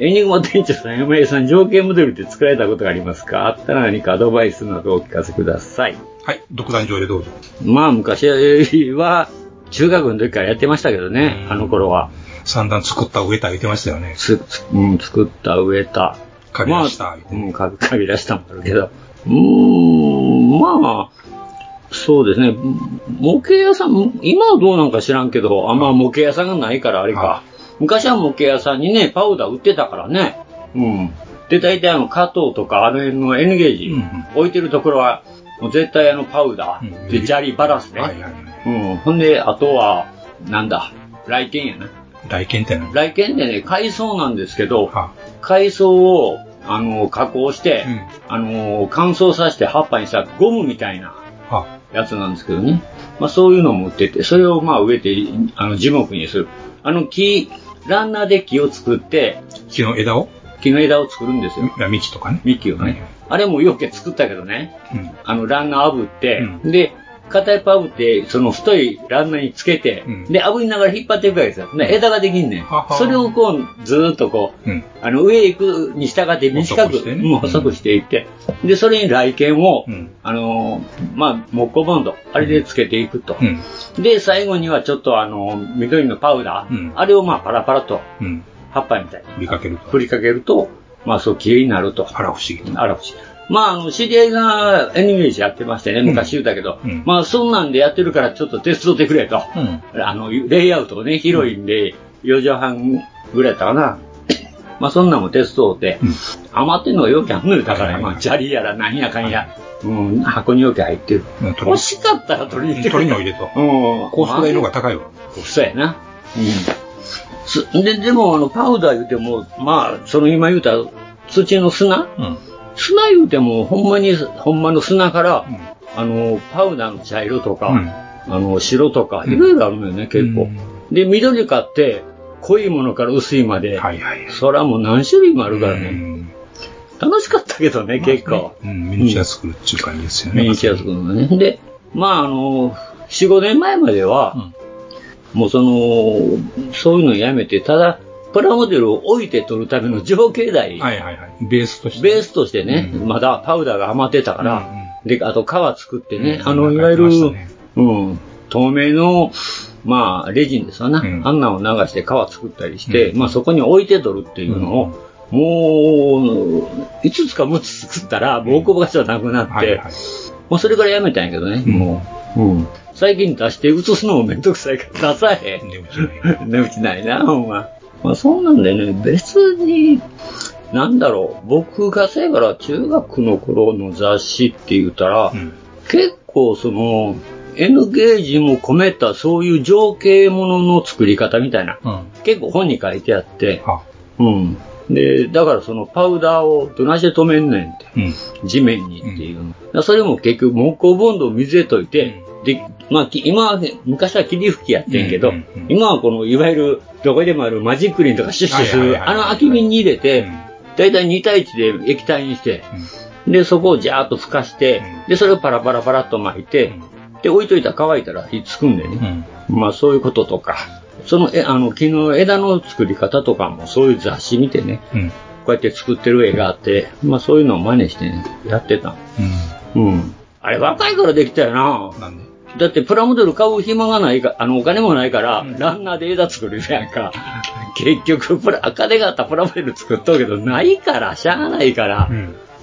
Speaker 9: エニグマ店長さん、山井さん、情景モデルって作られたことがありますかあったら何かアドバイスなどお聞かせください。
Speaker 10: はい、独壇場でどうぞ。
Speaker 9: まあ、昔は、中学の時からやってましたけどね、あの頃は。
Speaker 10: 三段作った、植えた、言ってましたよね。
Speaker 9: つ、つうん、作った、植えた。
Speaker 10: かび出した、
Speaker 9: うん、 かかび出したもあるけど。うーん、まあ、そうですね。模型屋さん、今はどうなんか知らんけど、あんま模型屋さんがないからあれか。昔は模型屋さんにね、パウダー売ってたからね。うん。で、大体あの、加藤とかあの辺の N ゲージ、置いてるところは、もう絶対あの、パウダー、で、砂利バラスね。うん。ほんで、あとは、なんだ、来県やな。
Speaker 10: 来県って何
Speaker 9: 来県ってね、海藻なんですけど、海藻を、あの、加工して、あの、乾燥させて葉っぱにしたゴムみたいなやつなんですけどね。まあそういうのも売ってて、それをまあ植えて、あの、樹木にする。あの木、ランナーで木を作って、
Speaker 10: 木の枝を
Speaker 9: 木の枝を作るんですよ。
Speaker 10: 幹とかね。
Speaker 9: 幹をね。あれもよく作ったけどね。あの、ランナー炙って、で、片一方炙って、その太いランナーにつけて、で、炙りながら引っ張っていくわけですよ。ね、枝ができんねん。それをこう、ずーっとこう、あの、上へ行くに従って短く、うん細くしていって、で、それに来剣を、あのーまあ、木工ボンド、あれでつけていくと。で、最後にはちょっとあの、緑のパウダー、あれをまあ、パラパラと、
Speaker 10: うん。
Speaker 9: 葉っぱみたいに。
Speaker 10: 振りかけると。
Speaker 9: 振りかけると、まあそう、綺麗になると。あ
Speaker 10: ら不思議。
Speaker 9: あら不思議。まあ、あの、知り合いがエニメージやってましてね、昔言うたけど、まあ、そんなんでやってるからちょっと手伝ってくれと。あの、レイアウトをね、広いんで、4畳半ぐらいだったか な。まあ、そんなんも手伝って、余ってんのが容器あんのよ、だから、まあ、砂利やら何やかんや、うん、箱に容器入ってる。欲しかったら取りに行って
Speaker 10: 鳥においでと。
Speaker 9: うん。
Speaker 10: コストが色が高いわ。
Speaker 9: そうやな。うん。で、でも、あの、パウダー言うても、まあ、その今言うた土の砂、砂言うても、ほんまに、ほんまの砂から、あの、パウダーの茶色とか、あの、白とか、いろいろあるのよね、結構。で、緑かって、濃いものから薄いまで、それはもう何種類もあるからね。楽しかったけどね、結構。
Speaker 10: うん、ミニチュア作るっていう感じですよね。
Speaker 9: ミニチュア作るのね。で、まあ、あの、4、5年前までは、もうその、そういうのやめて、ただ、プラモデルを置いて取るための情景台。
Speaker 10: ベースとして。
Speaker 9: ベースとしてね、まだパウダーが余ってたから、で、あと皮作ってね、あの、いわゆる、うん、透明の、まあ、レジンですわな。あんなのを流して皮作ったりして、まあ、そこに置いて取るっていうのを、もう、5つか6つ作ったら、もう置く場所はなくなって、もうそれからやめたんやけどね、もう。うん最近出して写すのもめんどくさいから出さへん。 値打ちないな、ほんま。まあそうなんでね、別に、なんだろう、僕がせやから中学の頃の雑誌って言ったら、結構その、N ゲージも込めたそういう情景ものの作り方みたいな、結構本に書いてあって、うん。で、だからそのパウダーをどないして止めんねんって、地面にっていう。だからそれも結局木工ボンドを水で溶いて、で、まあ、き今はね、昔は霧吹きやってんけど、今はこの、いわゆる、どこでもあるマジックリンとかシュッシュす
Speaker 10: はい
Speaker 9: る、あの空き瓶に入れて、だいたい2対1で液体にして、で、そこをジャーっと吹かして、で、それをパラパラパラっと巻いて、で、置いといたら乾いたら火つくんでね。まあ、そういうこととか、その、え、あの、木の枝の作り方とかも、そういう雑誌見てね、
Speaker 10: うん
Speaker 9: こうやって作ってる絵があって、まあ、そういうのを真似してね、やってた。うん。あれ、若いからできたよな。だって、プラモデル買う暇がないか、あの、お金もないから、ランナーで枝作るやんか。 結局、プラ、赤で買ったプラモデル作っとうけど、ないから、しゃあないから、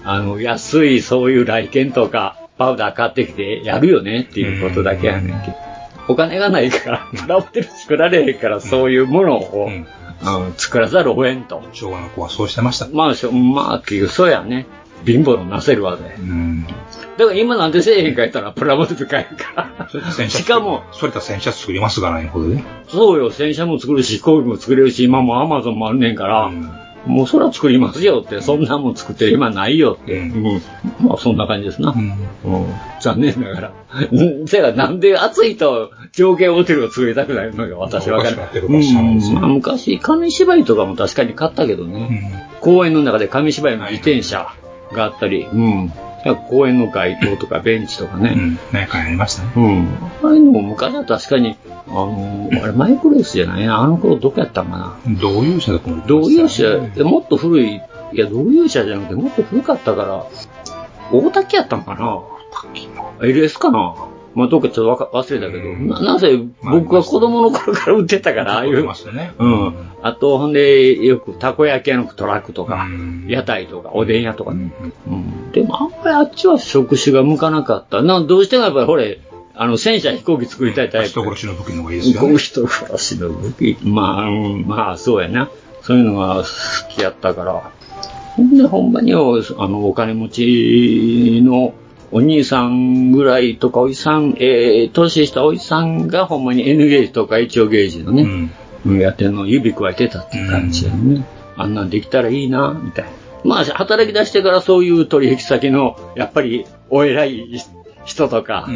Speaker 9: あの、安い、そういう来券とか、パウダー買ってきてやるよねっていうことだけやねんけど。お金がないから、プラモデル作られへんから、そういうものを、うん作らざるを得んと。
Speaker 10: 昭和の子はそうしてました。
Speaker 9: まあ、しょまあ、結局そうやね。貧乏のなせるわね。
Speaker 10: うん。
Speaker 9: だから今なんでせえへんか言ったら、プラモデル買えんから。
Speaker 10: しかも、それと戦車作りますがないほどね。
Speaker 9: そうよ、戦車も作るし、飛行機も作れるし、今もアマゾンもあるねんから、もうそら作りますよって、そんなもん作ってる暇ないよって、うんまあそんな感じですな。うん残念ながら。 うんせやからなんで暑いと条件ホテルを作りたくないのよ、私は。うんまあ昔、紙芝居とかも確かに買ったけどね、公園の中で紙芝居の自転車があったり、うんなんか公園の街灯とかベンチとかね。
Speaker 10: なんかありましたね。
Speaker 9: うん。ああいうのも昔は確かに、あのーあれマイクロスじゃないな。あの頃どこやったんかな。
Speaker 10: 同様車だと思う。
Speaker 9: 同友社、いやもっと古い、いや、同友社じゃなくてもっと古かったから、大滝やったんかな。LS かな。まあ、どっかちょっとわか忘れたけど、ななぜ僕は子供の頃から売ってたから、ああいう。うん。あと、ほんで、よくたこ焼き屋のトラックとか、屋台とか、おでん屋とかね。うんでも、あんまりあっちは職種が向かなかった。などうしてもやっぱり、ほれ、あの、戦車飛行機作りたいタイプ。人殺
Speaker 10: しの武器の方がいいですよね
Speaker 9: 人殺しの武器。まあ、うんまあ、そうやな。そういうのが好きやったから。ほんで、ほんまに、あの、お金持ちのお兄さんぐらいとか、おじさん、えー、年下おじさんがほんまに N ゲージとか HO ゲージのね、うん、やってるのを指加えてたっていう感じやね。あんなんできたらいいな、みたいな。まあ、働き出してからそういう取引先の、やっぱり、お偉い人とか、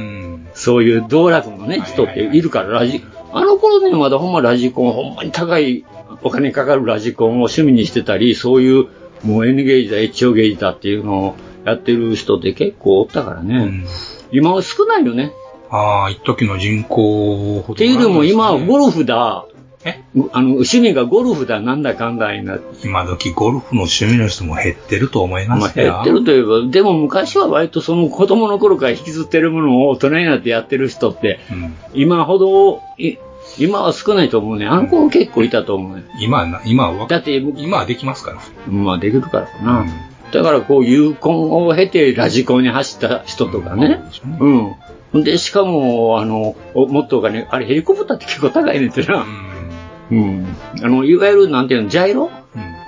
Speaker 9: そういう道楽のね、人っているから、ラジ、あの頃ね、まだほんまラジコン、ほんまに高いお金かかるラジコンを趣味にしてたり、そういう、もう N ゲージだ、HO ゲージだっていうのをやってる人って結構おったからね。今は少ないよね。
Speaker 10: ああ、一時の人口ほど。
Speaker 9: っていうよりも今はゴルフだ、あの、趣味がゴルフだ、なんだかんだになって。
Speaker 10: 今時ゴルフの趣味の人も減ってると思いま
Speaker 9: まあ、
Speaker 10: すよ。
Speaker 9: 減ってるといえば、でも昔は割とその子供の頃から引きずってるものを大人になってやってる人って、今ほど、い今は少ないと思うね。あの子結構いたと思うね。
Speaker 10: 今はな、今は、
Speaker 9: だって、
Speaker 10: 今はできますから。
Speaker 9: まあできるからかな。だからこう、有婚を経てラジコンに走った人とかね。うん。で、しかも、あの、おもっとお金、あれヘリコプターって結構高いねんってな。うん。あの、いわゆる、なんていうの、ジャイロ、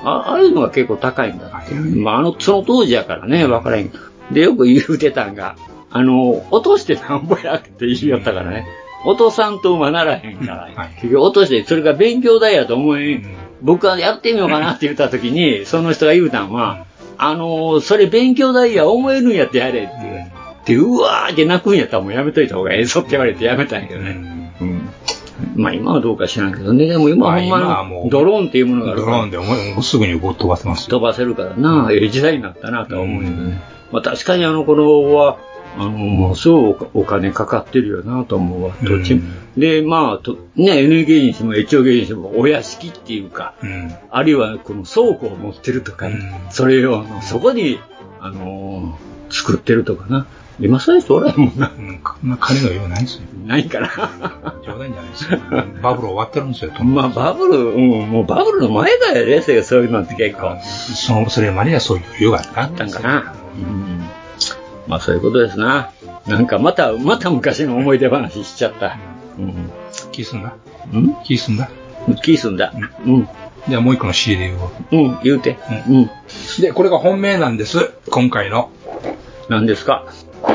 Speaker 9: あああいうのが結構高いんだって。まあ、あの、その当時やからね、わからへんけど。で、よく言うてたんが、あの、落としてなんぼやって言いよったからね。落とさんと馬ならへんから、結局落として、それが勉強代やと思い、僕はやってみようかなって言った時に、その人が言うたんは、あの、それ勉強代や、思えるんやってやれって言う。で、うわーって泣くんやったらもうやめといた方がええぞって言われてやめたんやけどね。うん。まあ今はどうか知らんけどね、でも今はほん
Speaker 10: まあ今は
Speaker 9: ま
Speaker 10: も
Speaker 9: に
Speaker 10: う
Speaker 9: ドローンっていうものがある
Speaker 10: ド
Speaker 9: か
Speaker 10: ロ
Speaker 9: ら
Speaker 10: ーンで思いもうすぐに飛ばせますよ。
Speaker 9: 飛ばせるからな、ええ時代になったなとは思うけどね。まあ確かにあの頃は、あの、もうすごいお金かかってるよなと思うわ。どっちもで、まあ、とね、N ゲージにしても HO ゲージにしてもお屋敷っていうか、あるいはこの倉庫を持ってるとか、それをあのそこに、あのー作ってるとかな。今そういう人おらへんもんな。
Speaker 10: まあ、金のようないですよ。
Speaker 9: ないから。
Speaker 10: 冗談じゃないですよ。バブル終わってるんですよ、と
Speaker 9: まあバブル、うん、もうバブルの前だよね、そうそういうのって結構。
Speaker 10: その、それまではそういう余裕があったん
Speaker 9: だったんかな。うんまあそういうことですな。なんかまた、また昔の思い出話しちゃった。うん。
Speaker 10: キースんだ。
Speaker 9: うん
Speaker 10: キースんだ。
Speaker 9: キースんだ。うん。
Speaker 10: ではもう一個の C で言おう。
Speaker 9: うん、言うて。うん。
Speaker 10: で、これが本命なんです。今回の。
Speaker 9: 何ですか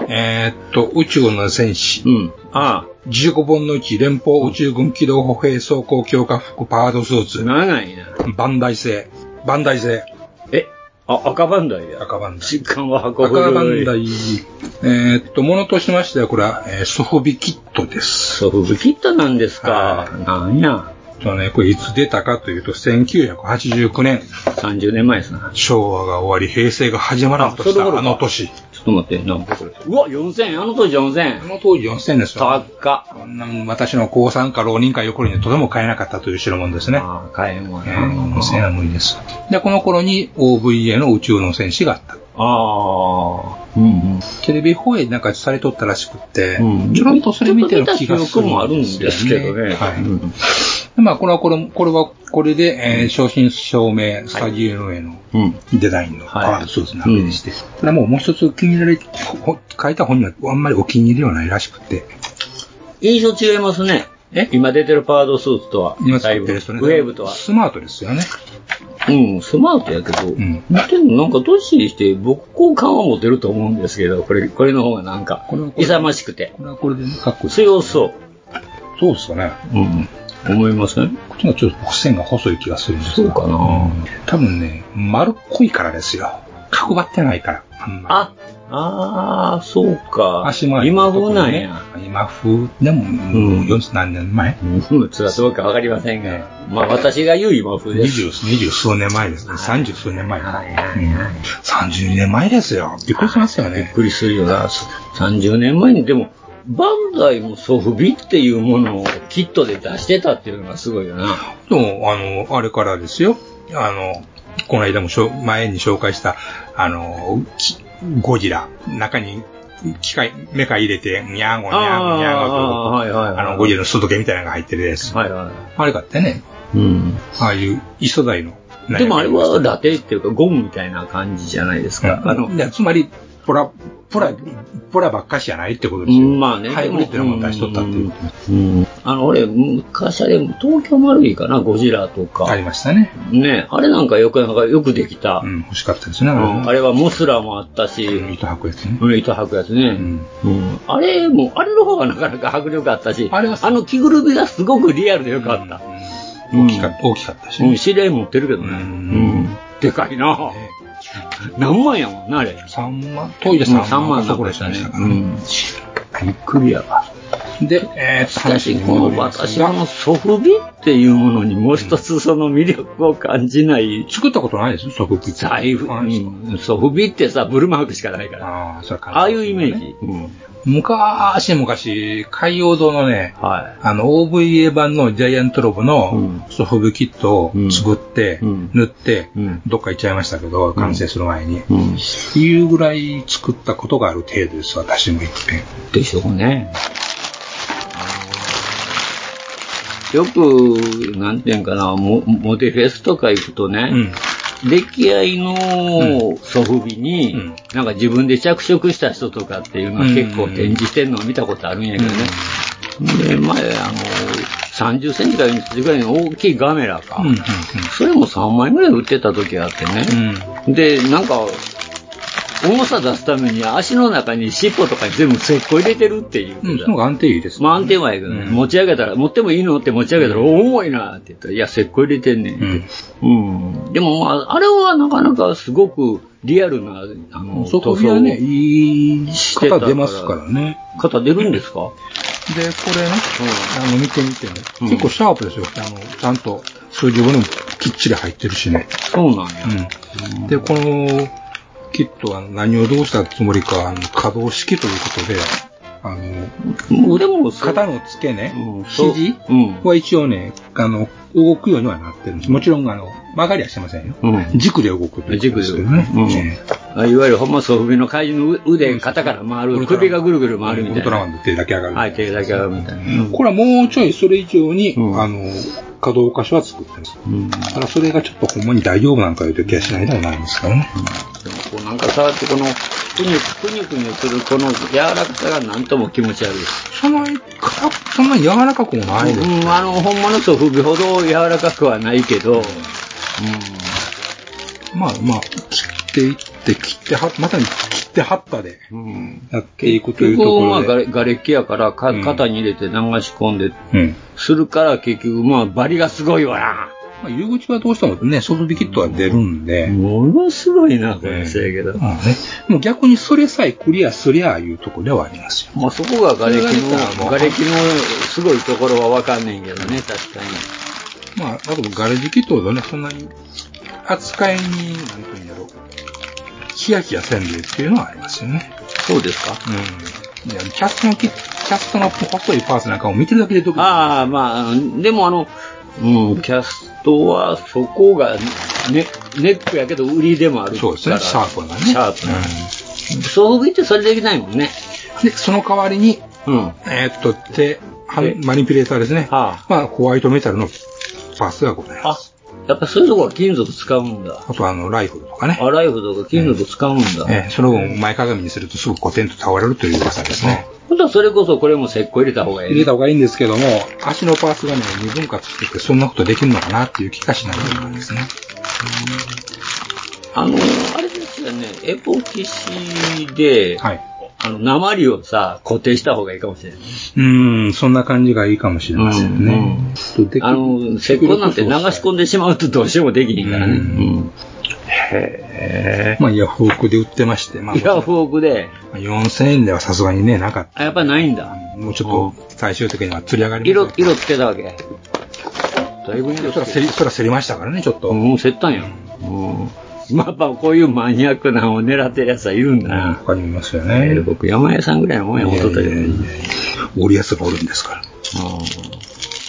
Speaker 10: えーっと、宇宙の戦士。
Speaker 9: うん。ああ。
Speaker 10: 15分の1、連邦宇宙軍機動歩兵装甲強化服パードスーツ。
Speaker 9: 長いな。
Speaker 10: バンダイ製。バンダイ製。
Speaker 9: え、あ、赤バンダイや。
Speaker 10: 赤バンダイ。
Speaker 9: 実感は運
Speaker 10: 赤
Speaker 9: ぶ。
Speaker 10: バンダイ。えーっと、ものとしましては、これは、えーソフビキットです。
Speaker 9: ソフビキットなんですか。なんや。
Speaker 10: とね、これいつ出たかというと、1989年。
Speaker 9: 30年前ですな。
Speaker 10: 昭和が終わり、平成が始まらんと
Speaker 9: あそ
Speaker 10: し
Speaker 9: ういうところ
Speaker 10: た、
Speaker 9: か
Speaker 10: あの年。
Speaker 9: ちょっと待って、なんかこれ。うわ、4000、あの当時4000。
Speaker 10: あの当時4000ですよ。
Speaker 9: 高っ。
Speaker 10: こんなもん私の高3か浪人か横にとても買えなかったという代物ですね。
Speaker 9: 買えんわ
Speaker 10: ね。4000は無理です。で、この頃に OVA の宇宙の戦士があった。
Speaker 9: ああ。うんうん。
Speaker 10: テレビ放映なんかされとったらしくって、
Speaker 9: うん
Speaker 10: ちょっとそれ見てる気が
Speaker 9: ちょっ
Speaker 10: する
Speaker 9: と見た記憶もあるんですけどね。
Speaker 10: はい。
Speaker 9: うん
Speaker 10: でまあ、これはこれ、これはこれで、えー正真正銘、スタジオ LA の
Speaker 9: うん。
Speaker 10: デザインのパワースーツなわけでして、ただもうもう一つ気に入られ、ほ書いた本にはあんまりお気に入りではないらしくて、
Speaker 9: 印象違いますね。え今出てるパワードスーツとは。
Speaker 10: 今使ってる人ね
Speaker 9: ウェーブとは。
Speaker 10: スマートですよね。
Speaker 9: うん、スマートやけど、見てんのなんかどっしりして、僕交換は持てると思うんですけど、これ、これの方がなんか、勇ましくて。
Speaker 10: これはこれでね、かっこいい。
Speaker 9: 強そう。
Speaker 10: そうですかね。
Speaker 9: うん。思いません
Speaker 10: こっちがちょっと線が細い気がするんです
Speaker 9: そう
Speaker 10: が。
Speaker 9: かな、
Speaker 10: 多分ね、丸っこいからですよ。角張ってないから。
Speaker 9: あ、ああ、そうか。
Speaker 10: 足回り
Speaker 9: 今
Speaker 10: のとこ
Speaker 9: 風
Speaker 10: ろ
Speaker 9: なん
Speaker 10: ね
Speaker 9: や。
Speaker 10: 今風でも、もう40何年前。
Speaker 9: うん、それはどうかわかりませんが。まあ私が言う今風で
Speaker 10: 二
Speaker 9: す。
Speaker 10: 十、二十数年前ですね。三十数年前。うん三十年前ですよ。びっくりしますよね。
Speaker 9: びっくりするよな。30年前に、でも、バンダイもソフビっていうものをキットで出してたっていうのがすごいよな。
Speaker 10: でも、あの、あれからですよ。あの、この間もしょ前に紹介した、あの、きゴジラ。中に、機械、メカ入れて、ニャーゴ、ニャーゴ、ニャーゴと、
Speaker 9: はいはいはい。
Speaker 10: あの、ゴジラの外毛みたいなのが入ってるやつ。
Speaker 9: はいはい。
Speaker 10: あれ買ってね。
Speaker 9: うん。
Speaker 10: ああいう、イソダイの。
Speaker 9: でもあれはラテっていうかゴムみたいな感じじゃないですか。
Speaker 10: うん
Speaker 9: あの、
Speaker 10: いやつまり、ポラ、ポラ、ポラばっかしじゃないってことですよ。
Speaker 9: うんまあね。
Speaker 10: ハイブリッドなもん出しとったっていう。
Speaker 9: うん。あの、俺、昔あれ、東京マルイかな、ゴジラとか。
Speaker 10: ありましたね。
Speaker 9: ね、あれなんかよく、なんかよくできた。
Speaker 10: うん、欲しかったですね。
Speaker 9: あれはモスラもあったし、
Speaker 10: 糸吐くやつね。
Speaker 9: 糸吐くやつね。うんあれも、あれの方がなかなか迫力あったし、あの着ぐるみがすごくリアルでよかった。
Speaker 10: 大きかった、大きかったし。
Speaker 9: うん、知り合い持ってるけどね。うん。でかいな何万やもんな、あれ。
Speaker 10: 3万、当時で3万。
Speaker 9: 3万なくらいしたね。うん。びっくりやわ。
Speaker 10: で、えー、
Speaker 9: しかし、この私はあの、ソフビっていうものにもう一つその魅力を感じない。
Speaker 10: 作ったことないですソフビ
Speaker 9: 財布、うんソフビってさ、ブルマークしかないから。
Speaker 10: ああ、それか。
Speaker 9: ああいうイメージ。うん
Speaker 10: 昔昔、海洋堂のね、あの、OVA 版のジャイアントロボのソフビキットを作って、塗って、どっか行っちゃいましたけど、完成する前に。いうぐらい作ったことがある程度です、私もいっぺん。
Speaker 9: でしょうね。よく、なんていうんかな、モモテフェスとか行くとね、出来合いのソフビに、なんか自分で着色した人とかっていうのは結構展示してるのを見たことあるんやけどね。で、前、あの、30センチから40センチぐらいの大きいガメラか。それも3枚ぐらい売ってた時あってね。で、なんか、重さ出すために足の中に尻尾とかに全部石膏入れてるっていう。
Speaker 10: うん、その方が安定いいです。
Speaker 9: まあ安定はいいけどね、持ち上げたら、持ってもいいのって持ち上げたら、重いなって言ったら、いや、石膏入れてんねんって。うん。でも、まあ、あれはなかなかすごくリアルな、あの、
Speaker 10: ソフビはね、
Speaker 9: 塗装を
Speaker 10: いい
Speaker 9: してた
Speaker 10: 型出ますからね。
Speaker 9: 肩出るんですか
Speaker 10: で、これね、あの、見てみてね、結構シャープですよ。あの、ちゃんと数字分もきっちり入ってるしね。
Speaker 9: そうなんや。
Speaker 10: うん。で、この、キットは何をどうしたつもりか、あの、可動式ということで、あ
Speaker 9: の、腕も
Speaker 10: 肩の付けね、
Speaker 9: そう
Speaker 10: 肘
Speaker 9: うん
Speaker 10: は一応ね、あの、動くようにはなってるんです。もちろん、あの、曲がりはしてませんよ。軸で動くということですけどね。ね
Speaker 9: あいわゆるほんまソフビの怪人の腕、肩から回る、首がぐるぐる回るみたいな。
Speaker 10: ウルトラマンの手だけ上がる。
Speaker 9: はい、手だけ上がるみたいな。
Speaker 10: これはもうちょいそれ以上に、あの、可動箇所は作ってます。だからそれがちょっとほんまに大丈夫なんかいうと気がしないではないんですからね。
Speaker 9: でもこうなんか触ってこの、くにゅくにゅくにゅするこの柔らかさがなんとも気持ち悪い。
Speaker 10: そんなに、かそんなに柔らかくもないです。
Speaker 9: うん、あの、本物と不備ほど柔らかくはないけど、うん。
Speaker 10: まあまあ、切っていって、切っては、まさに切ってはったで、やっていくとい
Speaker 9: 結
Speaker 10: うとこ
Speaker 9: 局、まあ、
Speaker 10: ろで。
Speaker 9: がれ瓦礫やからか、肩に入れて流し込んで、
Speaker 10: うん
Speaker 9: するから結局、まあ、バリがすごいわな。
Speaker 10: まあ、入り口はどうしてもね、外引きットは出るんで。
Speaker 9: ものすごいな、これ、せやけど。
Speaker 10: まあね。もう逆にそれさえクリアすりゃあいうところではありますよ。
Speaker 9: まあ、そこが瓦礫
Speaker 10: それが出たらも
Speaker 9: の、
Speaker 10: う
Speaker 9: 瓦礫のすごいところはわかんないけどね、確かに。
Speaker 10: まあ、あとガレージキットほどね、そんなに扱いに、なんていうんだろう、ヒヤヒヤせんでいいっていうのはありますよね。
Speaker 9: そうですか
Speaker 10: うん。いや、キャストのキ、キャストの細いパーツなんかを見てるだけでドキドキ
Speaker 9: ああ、まあ、でもあの、うん、キャストはそこがネネックやけど売りでもあるから。そうです
Speaker 10: ねシャープなね
Speaker 9: シャープな。そうってそれできないもんね。
Speaker 10: で、その代わりに、
Speaker 9: うん、
Speaker 10: えーっと、手、はマニピュレーターですね。まあ、ホワイトメタルのパーツがございます。
Speaker 9: やっぱそういうとこは金属使うんだ。
Speaker 10: あと、あの、ライフルとかね。
Speaker 9: あ、ライフルとか金属使うんだ。
Speaker 10: ええそれを前かがみにするとすぐコテンと倒れるという噂ですね。
Speaker 9: 本当はそれこそこれも石膏入れた方がいい、
Speaker 10: 入れた方がいいんですけども、足のパーツがね、二分割してて、そんなことできるのかなっていう気がしないんですね。
Speaker 9: あの、あれですよね、エポキシで、あの、鉛をさ、固定した方がいいかもしれない。
Speaker 10: うーん、そんな感じがいいかもしれませんね。ちょっとでき
Speaker 9: あの、石膏なんて流し込んでしまうとどうしてもできへんからね。うんへ
Speaker 10: まあ、ヤフオクで売ってまして、まあ、
Speaker 9: ー。ヤフオクで、
Speaker 10: 4000円ではさすがにね、なかっ
Speaker 9: あやっぱないんだ。
Speaker 10: た。もうちょっと、最終的には釣り上がりま
Speaker 9: 色、色つけたわけ。だいぶ色つけ
Speaker 10: そら競り、そら競りましたからね、ちょっと。
Speaker 9: うん、競ったんや。うん。まあ、やっぱこういうマニアックなのを狙ってる奴はいるんだな。
Speaker 10: 他にもいますよね。
Speaker 9: 僕、山家さんぐらいのもんや、思っとったけど。
Speaker 10: おりやつがおるんですから。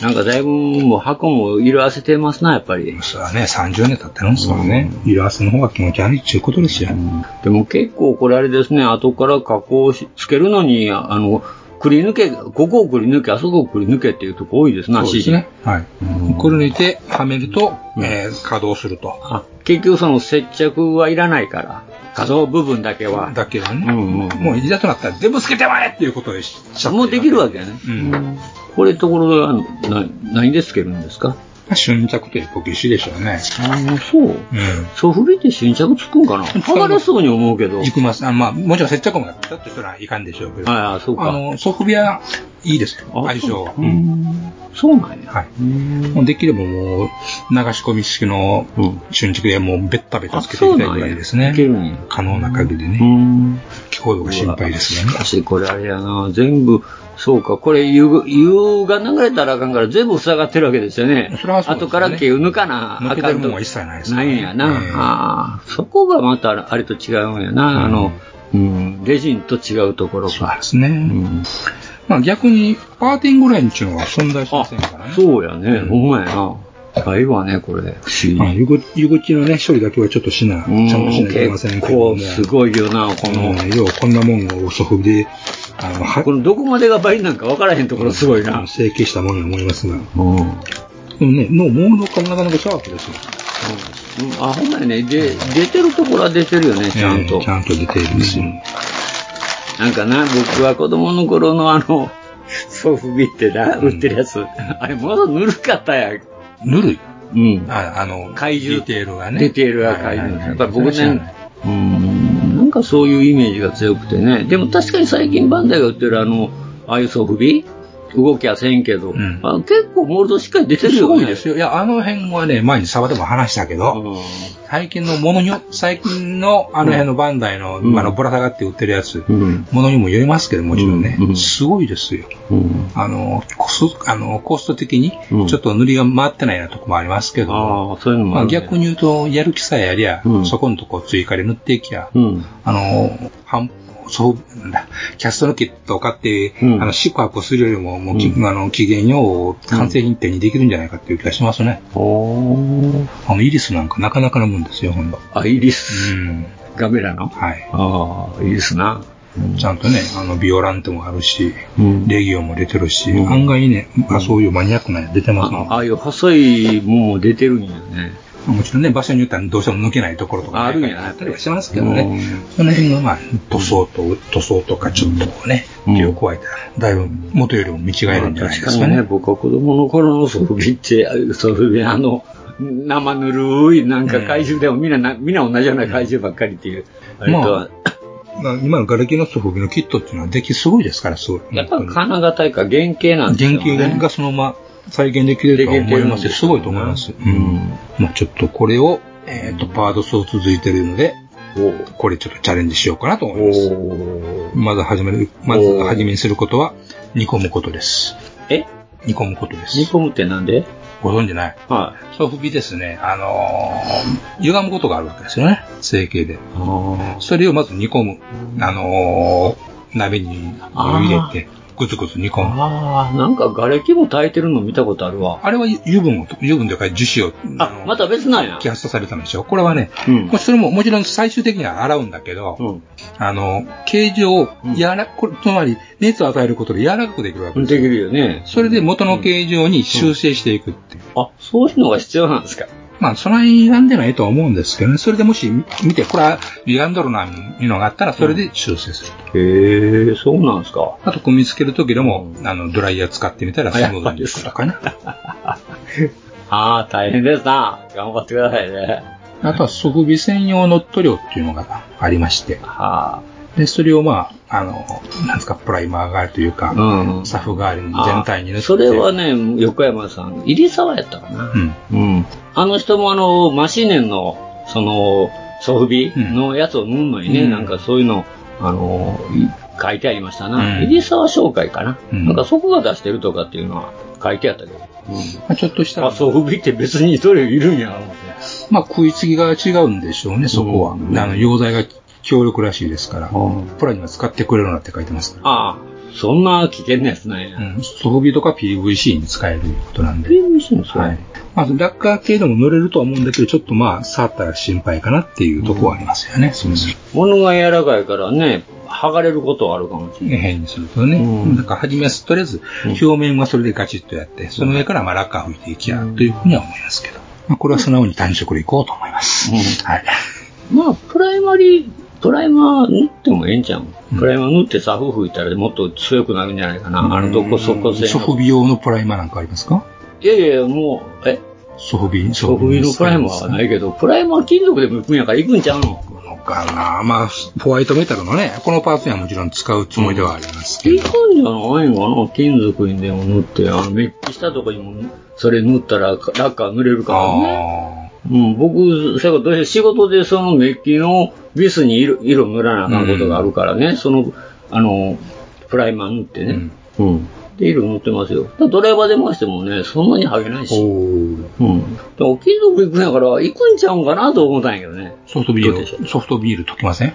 Speaker 9: なんかだいぶ、もう箱も色あせてますな、やっぱり。
Speaker 10: それはね、30年経ってるんですからね。色あせの方が気持ち悪いっていうことですよ。
Speaker 9: でも結構これあれですね、後から加工し、つけるのに、ああの、くり抜け、ここをくり抜け、あそこをくり抜けっていうとこ多いですな、
Speaker 10: そうです
Speaker 9: 指
Speaker 10: ね
Speaker 9: 示。。
Speaker 10: はい。これ抜いて、はめると、えー稼働すると。
Speaker 9: あ、結局その接着はいらないから、可動部分だけは。
Speaker 10: だけはね。
Speaker 9: うんうん。
Speaker 10: もういざとなったら全部つけてまえっていうことでしちゃって
Speaker 9: もうできるわけやね。
Speaker 10: うん。
Speaker 9: これところがな何でつけるんですか
Speaker 10: 瞬着というポケシでしょうね。
Speaker 9: ああ、そう。
Speaker 10: うん。
Speaker 9: ソフビって新着つくんかな剥がれそうに思うけど。
Speaker 10: 軸ます。あまあ、もちろん接着もやったとしたらいかんでしょうけど。
Speaker 9: ああ、そう
Speaker 10: あ
Speaker 9: か。
Speaker 10: の、ソフビはいいですよ。相性は。うん
Speaker 9: そうなんや。
Speaker 10: はい。もうできればもう、流し込み式の瞬軸でもうベッタベタつけていきたいぐらいですね。可能な限りね。気候度が心配ですね。
Speaker 9: しかしこれあれやな、全部、そうか、これ湯が、湯が流れたらあかんから全部塞がってるわけですよね。
Speaker 10: それはそうですね
Speaker 9: 後から毛を抜かな、
Speaker 10: 抜けてるもんは一切ないですからね
Speaker 9: ないんやな。あーそこがまたあれと違うんやな、あの、うん、レジンと違うところか。
Speaker 10: ですね。まあ逆に、パーティングラインっていうのは存在しませんからね。
Speaker 9: そうやね、ほんまやな。ないわね、これ。不思
Speaker 10: 議。湯口のね、処理だけはちょっとしな、
Speaker 9: うん
Speaker 10: ちゃんとしないといけませんけ
Speaker 9: 結
Speaker 10: ども。
Speaker 9: 構すごいよな、この。
Speaker 10: うんようこんなもんをソフビで、あの、は
Speaker 9: このどこまでがバインなんか分からへんところすごいな。。
Speaker 10: 整形したものに思いますが。うんでもね、脳、モードからなかなかシャープですよ。
Speaker 9: うんあ、ほんまやね。で、出てるところは出てるよね、ちゃんと。
Speaker 10: ちゃんと出てるんですよ。
Speaker 9: なんかな、僕は子供の頃のあの、ソフビってな、売ってるやつ。あれ、まだぬるかったやん。
Speaker 10: ぬるい
Speaker 9: うん。
Speaker 10: ああの、
Speaker 9: 怪獣。
Speaker 10: ディテールがね。
Speaker 9: ディテールが怪獣。やっぱり僕
Speaker 10: それは知ら
Speaker 9: ね、うん、なんかそういうイメージが強くてね。でも確かに最近バンダイが売ってるあの、ああいうソフビ動きはせんけど、あ結構モールドしっかり出てる
Speaker 10: す
Speaker 9: よね。
Speaker 10: ごいですよ。いや、あの辺はね、前にサバでも話したけど、最近のものによ、最近のあの辺のバンダイの、
Speaker 9: うん
Speaker 10: あの、ぶら下がって売ってるやつ、
Speaker 9: ん
Speaker 10: ものにもよりますけど、もちろんね、すごいですよ。あの、コスあのコスト的に、ちょっと塗りが回ってないようなとこもありますけど、
Speaker 9: ああ、そういうのも
Speaker 10: ま
Speaker 9: あ
Speaker 10: あ、
Speaker 9: るね
Speaker 10: 逆に言うと、やる気さえありゃ、そこのとこ追加で塗っていきゃ、
Speaker 9: うん
Speaker 10: あの、半そうなんだキャストのキットを買って、あの、宿泊するよりも、もうき、あの、期限用を完成品手にできるんじゃないかっていう気がしますね。あの、イリスなんかなかなかなもんですよ、ほんと。
Speaker 9: あ、イリス。ガメラの
Speaker 10: はい。
Speaker 9: ああ、イリスな。
Speaker 10: ちゃんとね、あの、ビオランテもあるし、
Speaker 9: うん
Speaker 10: レギオも出てるし、案外ね、あそういうマニアックなやつ出てますもん。
Speaker 9: ああいう細いもんも出てるんやね。
Speaker 10: もちろんね、場所によってはどうしても抜けないところとか、
Speaker 9: あるんやな。
Speaker 10: あったりはしますけどね。その辺がまあ、塗装と、塗装とかちょっとこうね、手を加えたら、だいぶ元よりも見違えるんじゃない
Speaker 9: 確
Speaker 10: で
Speaker 9: か
Speaker 10: す
Speaker 9: に
Speaker 10: か
Speaker 9: ね、
Speaker 10: ね。
Speaker 9: 僕は子供の頃のソフビって、ソフビあの、生ぬるい、なんか怪獣でもみんなな、みんな同じような怪獣ばっかりっていう。あれとは、
Speaker 10: まあ今のガラケーのソフビのキットっていうのは出来すごいですから、すごい。
Speaker 9: やっぱ金型いうか原型なんですよね。
Speaker 10: 原型がそのまま再現できるとは思いますよ。すごいと思います。うん。まあちょっとこれを、えっと、パード数続いてるので、これちょっとチャレンジしようかなと思います。まず始める、まず初めにすることは、煮込むことです。
Speaker 9: え
Speaker 10: 煮込むことです。
Speaker 9: 煮込むってなんで
Speaker 10: ご存知ない
Speaker 9: はい。
Speaker 10: ソフビですね、あのー歪むことがあるわけですよね。成形で。それをまず煮込む。あのー鍋に入れて、ぐつぐつ煮込む。
Speaker 9: ああ、なんか瓦礫も炊いてるの見たことあるわ。
Speaker 10: あれは油分を、油分というか樹脂を、
Speaker 9: あ、また別なんや。
Speaker 10: 揮発させるためでしょ。これはね、もうそれももちろん最終的には洗うんだけど、あの、形状を柔らか、これつまり熱を与えることで柔らかくできるわけです。
Speaker 9: できるよね。
Speaker 10: それで元の形状に修正していくっていう。
Speaker 9: あ、そういうのが必要なんですか
Speaker 10: まあ、その辺選んでないとは思うんですけどね。それでもし見て、これは歪んどるな、いうのがあったら、それで修正する。
Speaker 9: へえ、そうなんですか。
Speaker 10: あと、組み付けるときでも、あの、ドライヤー使ってみたらスムーズにいくとかね。
Speaker 9: ああ、大変ですな。頑張ってくださいね。
Speaker 10: あとは、ソフビ専用の塗料っていうのがありまして。で、それをまあ、あの、なんですか、プライマー代わりというか、サフ代わりに全体に塗って。
Speaker 9: それはね、横山さん、入沢やったかな。
Speaker 10: うん。
Speaker 9: あの人もあの、マシネンのその、ソフビのやつを縫うのにね、
Speaker 15: うん
Speaker 9: なんかそういうの、あの、い書いてありましたな。
Speaker 15: うん
Speaker 9: 入沢商会かな。
Speaker 15: うん
Speaker 9: なんかそこが出してるとかっていうのは書いてあったけど。うん、
Speaker 15: ちょっとした
Speaker 9: あ、ソフビって別にどれいるんや、思って
Speaker 10: まあ、食いつきが違うんでしょうね、そこは。あの、溶剤が強力らしいですから、プラには使ってくれるなって書いてますから。
Speaker 9: ああ、そんな危険なやつなんや。
Speaker 10: ソフビとか PVC に使えるということなんで。
Speaker 9: PVC もそう
Speaker 10: はい。まあ、落下系でも乗れるとは思うんだけど、ちょっとまあ、触ったら心配かなっていうとこはありますよね、そうする
Speaker 9: 物が柔らかいからね、剥がれることはあるかもしれない。
Speaker 10: 変にするとね。だから、初めはとりあえず、表面はそれでガチッとやって、その上からまあ、落下を吹いていきゃ、というふうには思いますけど。まあ、これは素直に単色でいこうと思います。はい。
Speaker 9: まあ、プライマリー、プライマー塗ってもええんちゃう、プライマー塗ってサフ吹いたらもっと強くなるんじゃないかな。あのとこそこせ
Speaker 10: ソフビ用のプライマーなんかありますか
Speaker 9: いやいや、もう、え
Speaker 10: ソフビ、
Speaker 9: ソフビのプライマーはないけど、プライマー金属でもいくんやからいくんちゃうの
Speaker 10: かなまあ、ホワイトメタルのね、このパーツにはもちろん使うつもりではありますけど。
Speaker 9: いくんじゃないのかな金属にでも塗って、あの、メッキしたとこにも、それ塗ったら、ラッカー塗れるからね。うん、僕、そういうこと仕事でそのメッキのビスに色色塗らなあかんことがあるからね、その、あの、プライマー塗ってね。うん。で、色塗ってますよ。ドライバーで回してもね、そんなに剥げないし。うん。でも、金属いくんやから、いくんちゃうんかなと思ったんやけどね。
Speaker 10: ソフトビール、ソフトビール溶きません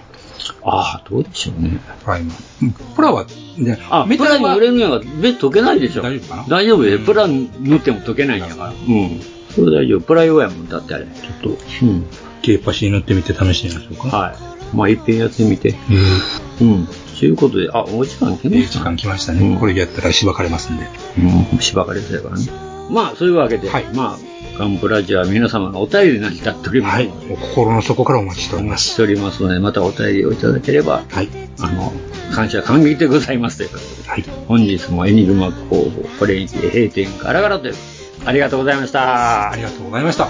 Speaker 9: ああ、どうでしょうね。
Speaker 10: プライマー。プラは、ね、
Speaker 9: あ、プラに塗れるんやから、別に溶けないでしょ。大丈夫かな大丈夫で、プラ塗っても溶けないんやから。うん。それ大丈夫。プラ用やもん、だってあれ。ちょっと、うん。
Speaker 10: テーパシに塗ってみて試してみましょうか。
Speaker 9: はい。まあ、一遍やってみて。うん。ということで、あ、お時間来ました。時間
Speaker 10: 来ましたね。これやったらしばかれますんで。
Speaker 9: うん、しばかれてたからね。まあ、そういうわけで、まあ、ガンプラジオは皆様のお便りで成り立っております。はい。
Speaker 10: お心の底からお待ちしております。
Speaker 9: しておりますので、またお便りをいただければ、はい。あの、感謝感激でございますということで、はい。本日もエニグマ工房、これにて閉店ガラガラという、ありがとうございました。あ
Speaker 10: りがとうございました。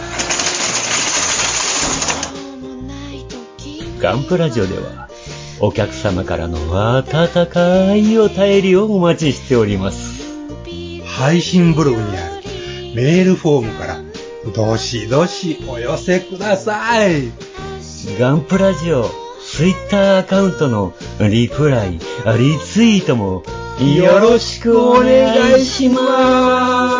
Speaker 16: ガンプラジオでは、お客様からの温かいお便りをお待ちしております。
Speaker 8: 配信ブログにあるメールフォームからどしどしお寄せください
Speaker 16: ガンプラジオ、ツイッターアカウントのリプライ、リツイートもよろしくお願いします。
Speaker 8: します